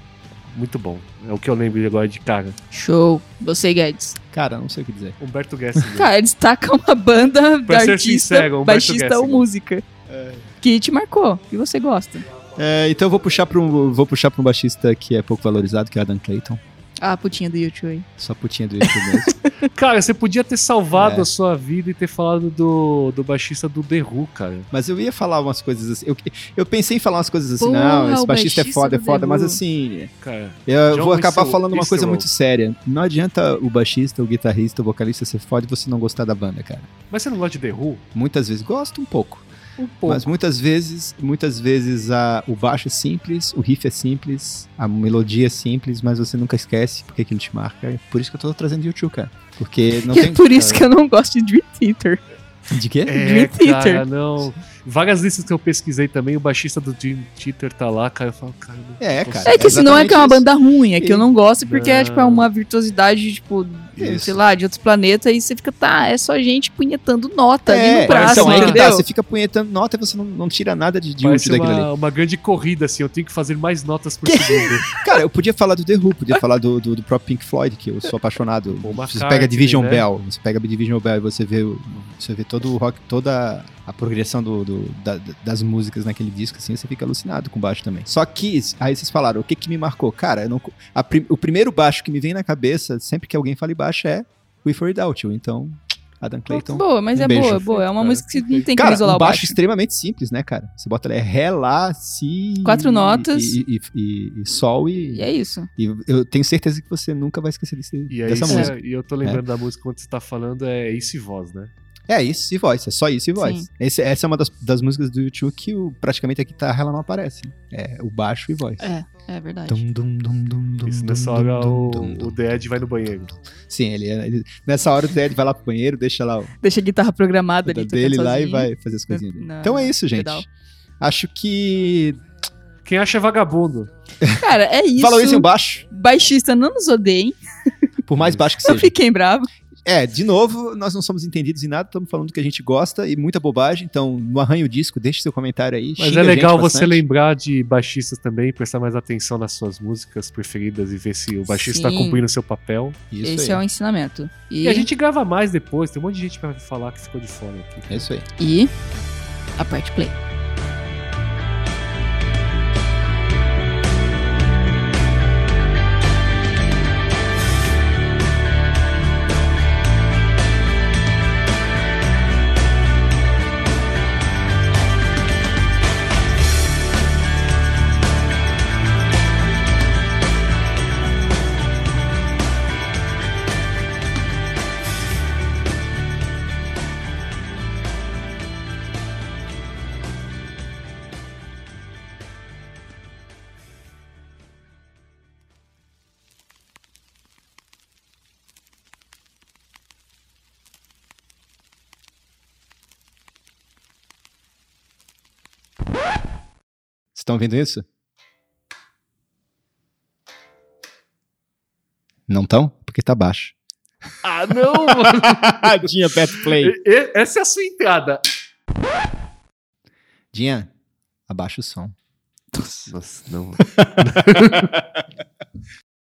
Speaker 3: muito bom. É o que eu lembro agora de cara.
Speaker 1: Show. Você, Guedes.
Speaker 2: Cara, não sei o que dizer.
Speaker 3: Humberto Gessinger.
Speaker 1: Cara, destaca uma banda da
Speaker 3: Pra ser
Speaker 1: artista,
Speaker 3: sincero, um Humberto
Speaker 1: baixista ou
Speaker 3: Gessinger.
Speaker 1: música. Que te marcou, que você gosta.
Speaker 2: É, então eu vou puxar para um, vou puxar para um baixista que é pouco valorizado, que é Adam Clayton.
Speaker 1: Ah, a putinha do YouTube aí.
Speaker 2: Só putinha do YouTube mesmo.
Speaker 1: *laughs*
Speaker 3: Cara, você podia ter salvado
Speaker 2: É.
Speaker 3: a sua vida e ter falado do, do baixista do The Who, cara.
Speaker 2: Mas eu ia falar umas coisas assim. Eu, eu pensei em falar umas coisas assim,
Speaker 1: Porra,
Speaker 2: não,
Speaker 1: o
Speaker 2: esse baixista é
Speaker 1: baixista
Speaker 2: foda, é
Speaker 1: do
Speaker 2: foda,
Speaker 1: The
Speaker 2: mas
Speaker 1: Who.
Speaker 2: assim,
Speaker 3: Cara,
Speaker 2: eu
Speaker 3: John
Speaker 2: vou acabar
Speaker 3: Whistle-
Speaker 2: falando uma coisa
Speaker 3: Whistle.
Speaker 2: muito séria. Não adianta o baixista, o guitarrista, o vocalista ser foda e você não gostar da banda, cara.
Speaker 3: mas você não gosta de The Who?
Speaker 2: Muitas vezes gosto um pouco,
Speaker 3: Um pouco.
Speaker 2: mas muitas vezes, muitas vezes a, o baixo é simples, o riff é simples, a melodia é simples, mas você nunca esquece porque aquilo te marca. É Por isso que eu tô trazendo YouTube, cara. Porque não
Speaker 1: E
Speaker 2: tem
Speaker 1: *laughs* é por isso que eu não gosto de Dream Theater.
Speaker 2: De quê?
Speaker 3: É,
Speaker 1: Dream Theater.
Speaker 3: cara, não. Várias listas que eu pesquisei também, o baixista do Dream Theater tá lá, cara. Eu falo, cara,
Speaker 2: É, cara.
Speaker 1: É que senão é que é uma
Speaker 2: exatamente
Speaker 1: banda ruim, é que eu não gosto porque é,
Speaker 3: Não.
Speaker 1: tipo, é uma virtuosidade, tipo, sei lá, de outros planetas, e você fica, tá, é só gente punhetando nota ali tá no braço,
Speaker 2: então, aí que
Speaker 1: entendeu?
Speaker 2: tá, você fica punhetando nota e você não, não tira nada de, de
Speaker 3: Parece
Speaker 2: útil daquilo ali.
Speaker 3: uma, uma grande corrida, assim. Eu tenho que fazer mais notas por segundo.
Speaker 2: Cara, eu podia falar do The Who, podia falar do, do, do próprio Pink Floyd, que eu sou apaixonado.
Speaker 3: Paul
Speaker 2: Você
Speaker 3: McCartney,
Speaker 2: pega Division
Speaker 3: né?
Speaker 2: Bell, você pega Division Bell e você vê, o- você vê todo o rock, toda a progressão do, do- da- das músicas naquele disco, assim, você fica alucinado com o baixo também. Só que, aí vocês falaram, o que que me marcou? Cara, eu não co- a prim- o primeiro baixo que me vem na cabeça, sempre que alguém fala em baixo, é We For Without You, então, Adam Clayton...
Speaker 1: boa, mas
Speaker 2: um
Speaker 1: é
Speaker 2: beijo.
Speaker 1: boa, é boa. É uma
Speaker 3: Cara,
Speaker 1: música que você não tem como
Speaker 2: Cara,
Speaker 1: isolar
Speaker 2: um
Speaker 1: o
Speaker 2: baixo
Speaker 1: baixo.
Speaker 2: extremamente simples, né, cara? Você bota ali, é Ré, Lá, Si...
Speaker 1: Quatro
Speaker 2: e-
Speaker 1: notas.
Speaker 2: E, e- e- e Sol
Speaker 1: E é isso.
Speaker 2: e eu tenho certeza que você nunca vai esquecer desse,
Speaker 3: E aí,
Speaker 2: dessa
Speaker 3: isso é-
Speaker 2: música.
Speaker 3: e eu tô lembrando da música quando você tá falando, é Ace Voz, né?
Speaker 2: É isso e voz, é só isso e voz.
Speaker 1: Sim.
Speaker 2: Esse- essa é uma das, das músicas do YouTube que o- praticamente a guitarra ela não aparece. É o baixo e voz.
Speaker 1: É, é verdade.
Speaker 2: Dum, dum, dum, dum, dum,
Speaker 3: Isso
Speaker 2: dum, dum,
Speaker 3: nessa hora
Speaker 2: dum,
Speaker 3: o,
Speaker 2: dum,
Speaker 3: o
Speaker 2: dum.
Speaker 3: The Ed vai no banheiro.
Speaker 2: Sim, ele, ele- nessa hora o Ted vai lá pro banheiro, deixa lá o
Speaker 1: Deixa a guitarra programada ali.
Speaker 2: da
Speaker 1: tocando
Speaker 2: dele lá e
Speaker 1: tá sozinho.
Speaker 2: vai fazer as coisinhas dele.
Speaker 1: na-
Speaker 2: Então é isso, gente.
Speaker 1: pedal.
Speaker 2: Acho que.
Speaker 3: Quem acha é vagabundo.
Speaker 1: Cara, é isso.
Speaker 2: Falou isso em baixo,
Speaker 1: Baixista, não nos odeiem.
Speaker 2: por mais baixo que
Speaker 1: Eu
Speaker 2: seja.
Speaker 1: fiquei bravo.
Speaker 2: É, de novo, nós não somos entendidos em nada, estamos falando do que a gente gosta e muita bobagem, então não arranha o disco, deixe seu comentário aí.
Speaker 3: Mas
Speaker 2: xinga
Speaker 3: é
Speaker 2: a gente
Speaker 3: legal você
Speaker 2: bastante.
Speaker 3: lembrar de baixistas também, prestar mais atenção nas suas músicas preferidas e ver se o baixista
Speaker 1: Sim.
Speaker 3: tá cumprindo seu papel.
Speaker 2: Isso
Speaker 1: Esse é
Speaker 2: aí.
Speaker 1: um ensinamento. E,
Speaker 3: E a gente grava mais depois, tem um monte de gente pra falar que ficou de fora aqui.
Speaker 2: É isso aí.
Speaker 1: e a parte play.
Speaker 2: Vocês estão vendo isso? Não estão? Porque tá baixo.
Speaker 3: Ah, não, mano.
Speaker 2: *laughs* Dinha, pet play.
Speaker 3: Essa é a sua entrada.
Speaker 2: Dinha, abaixa o som.
Speaker 3: Nossa, não.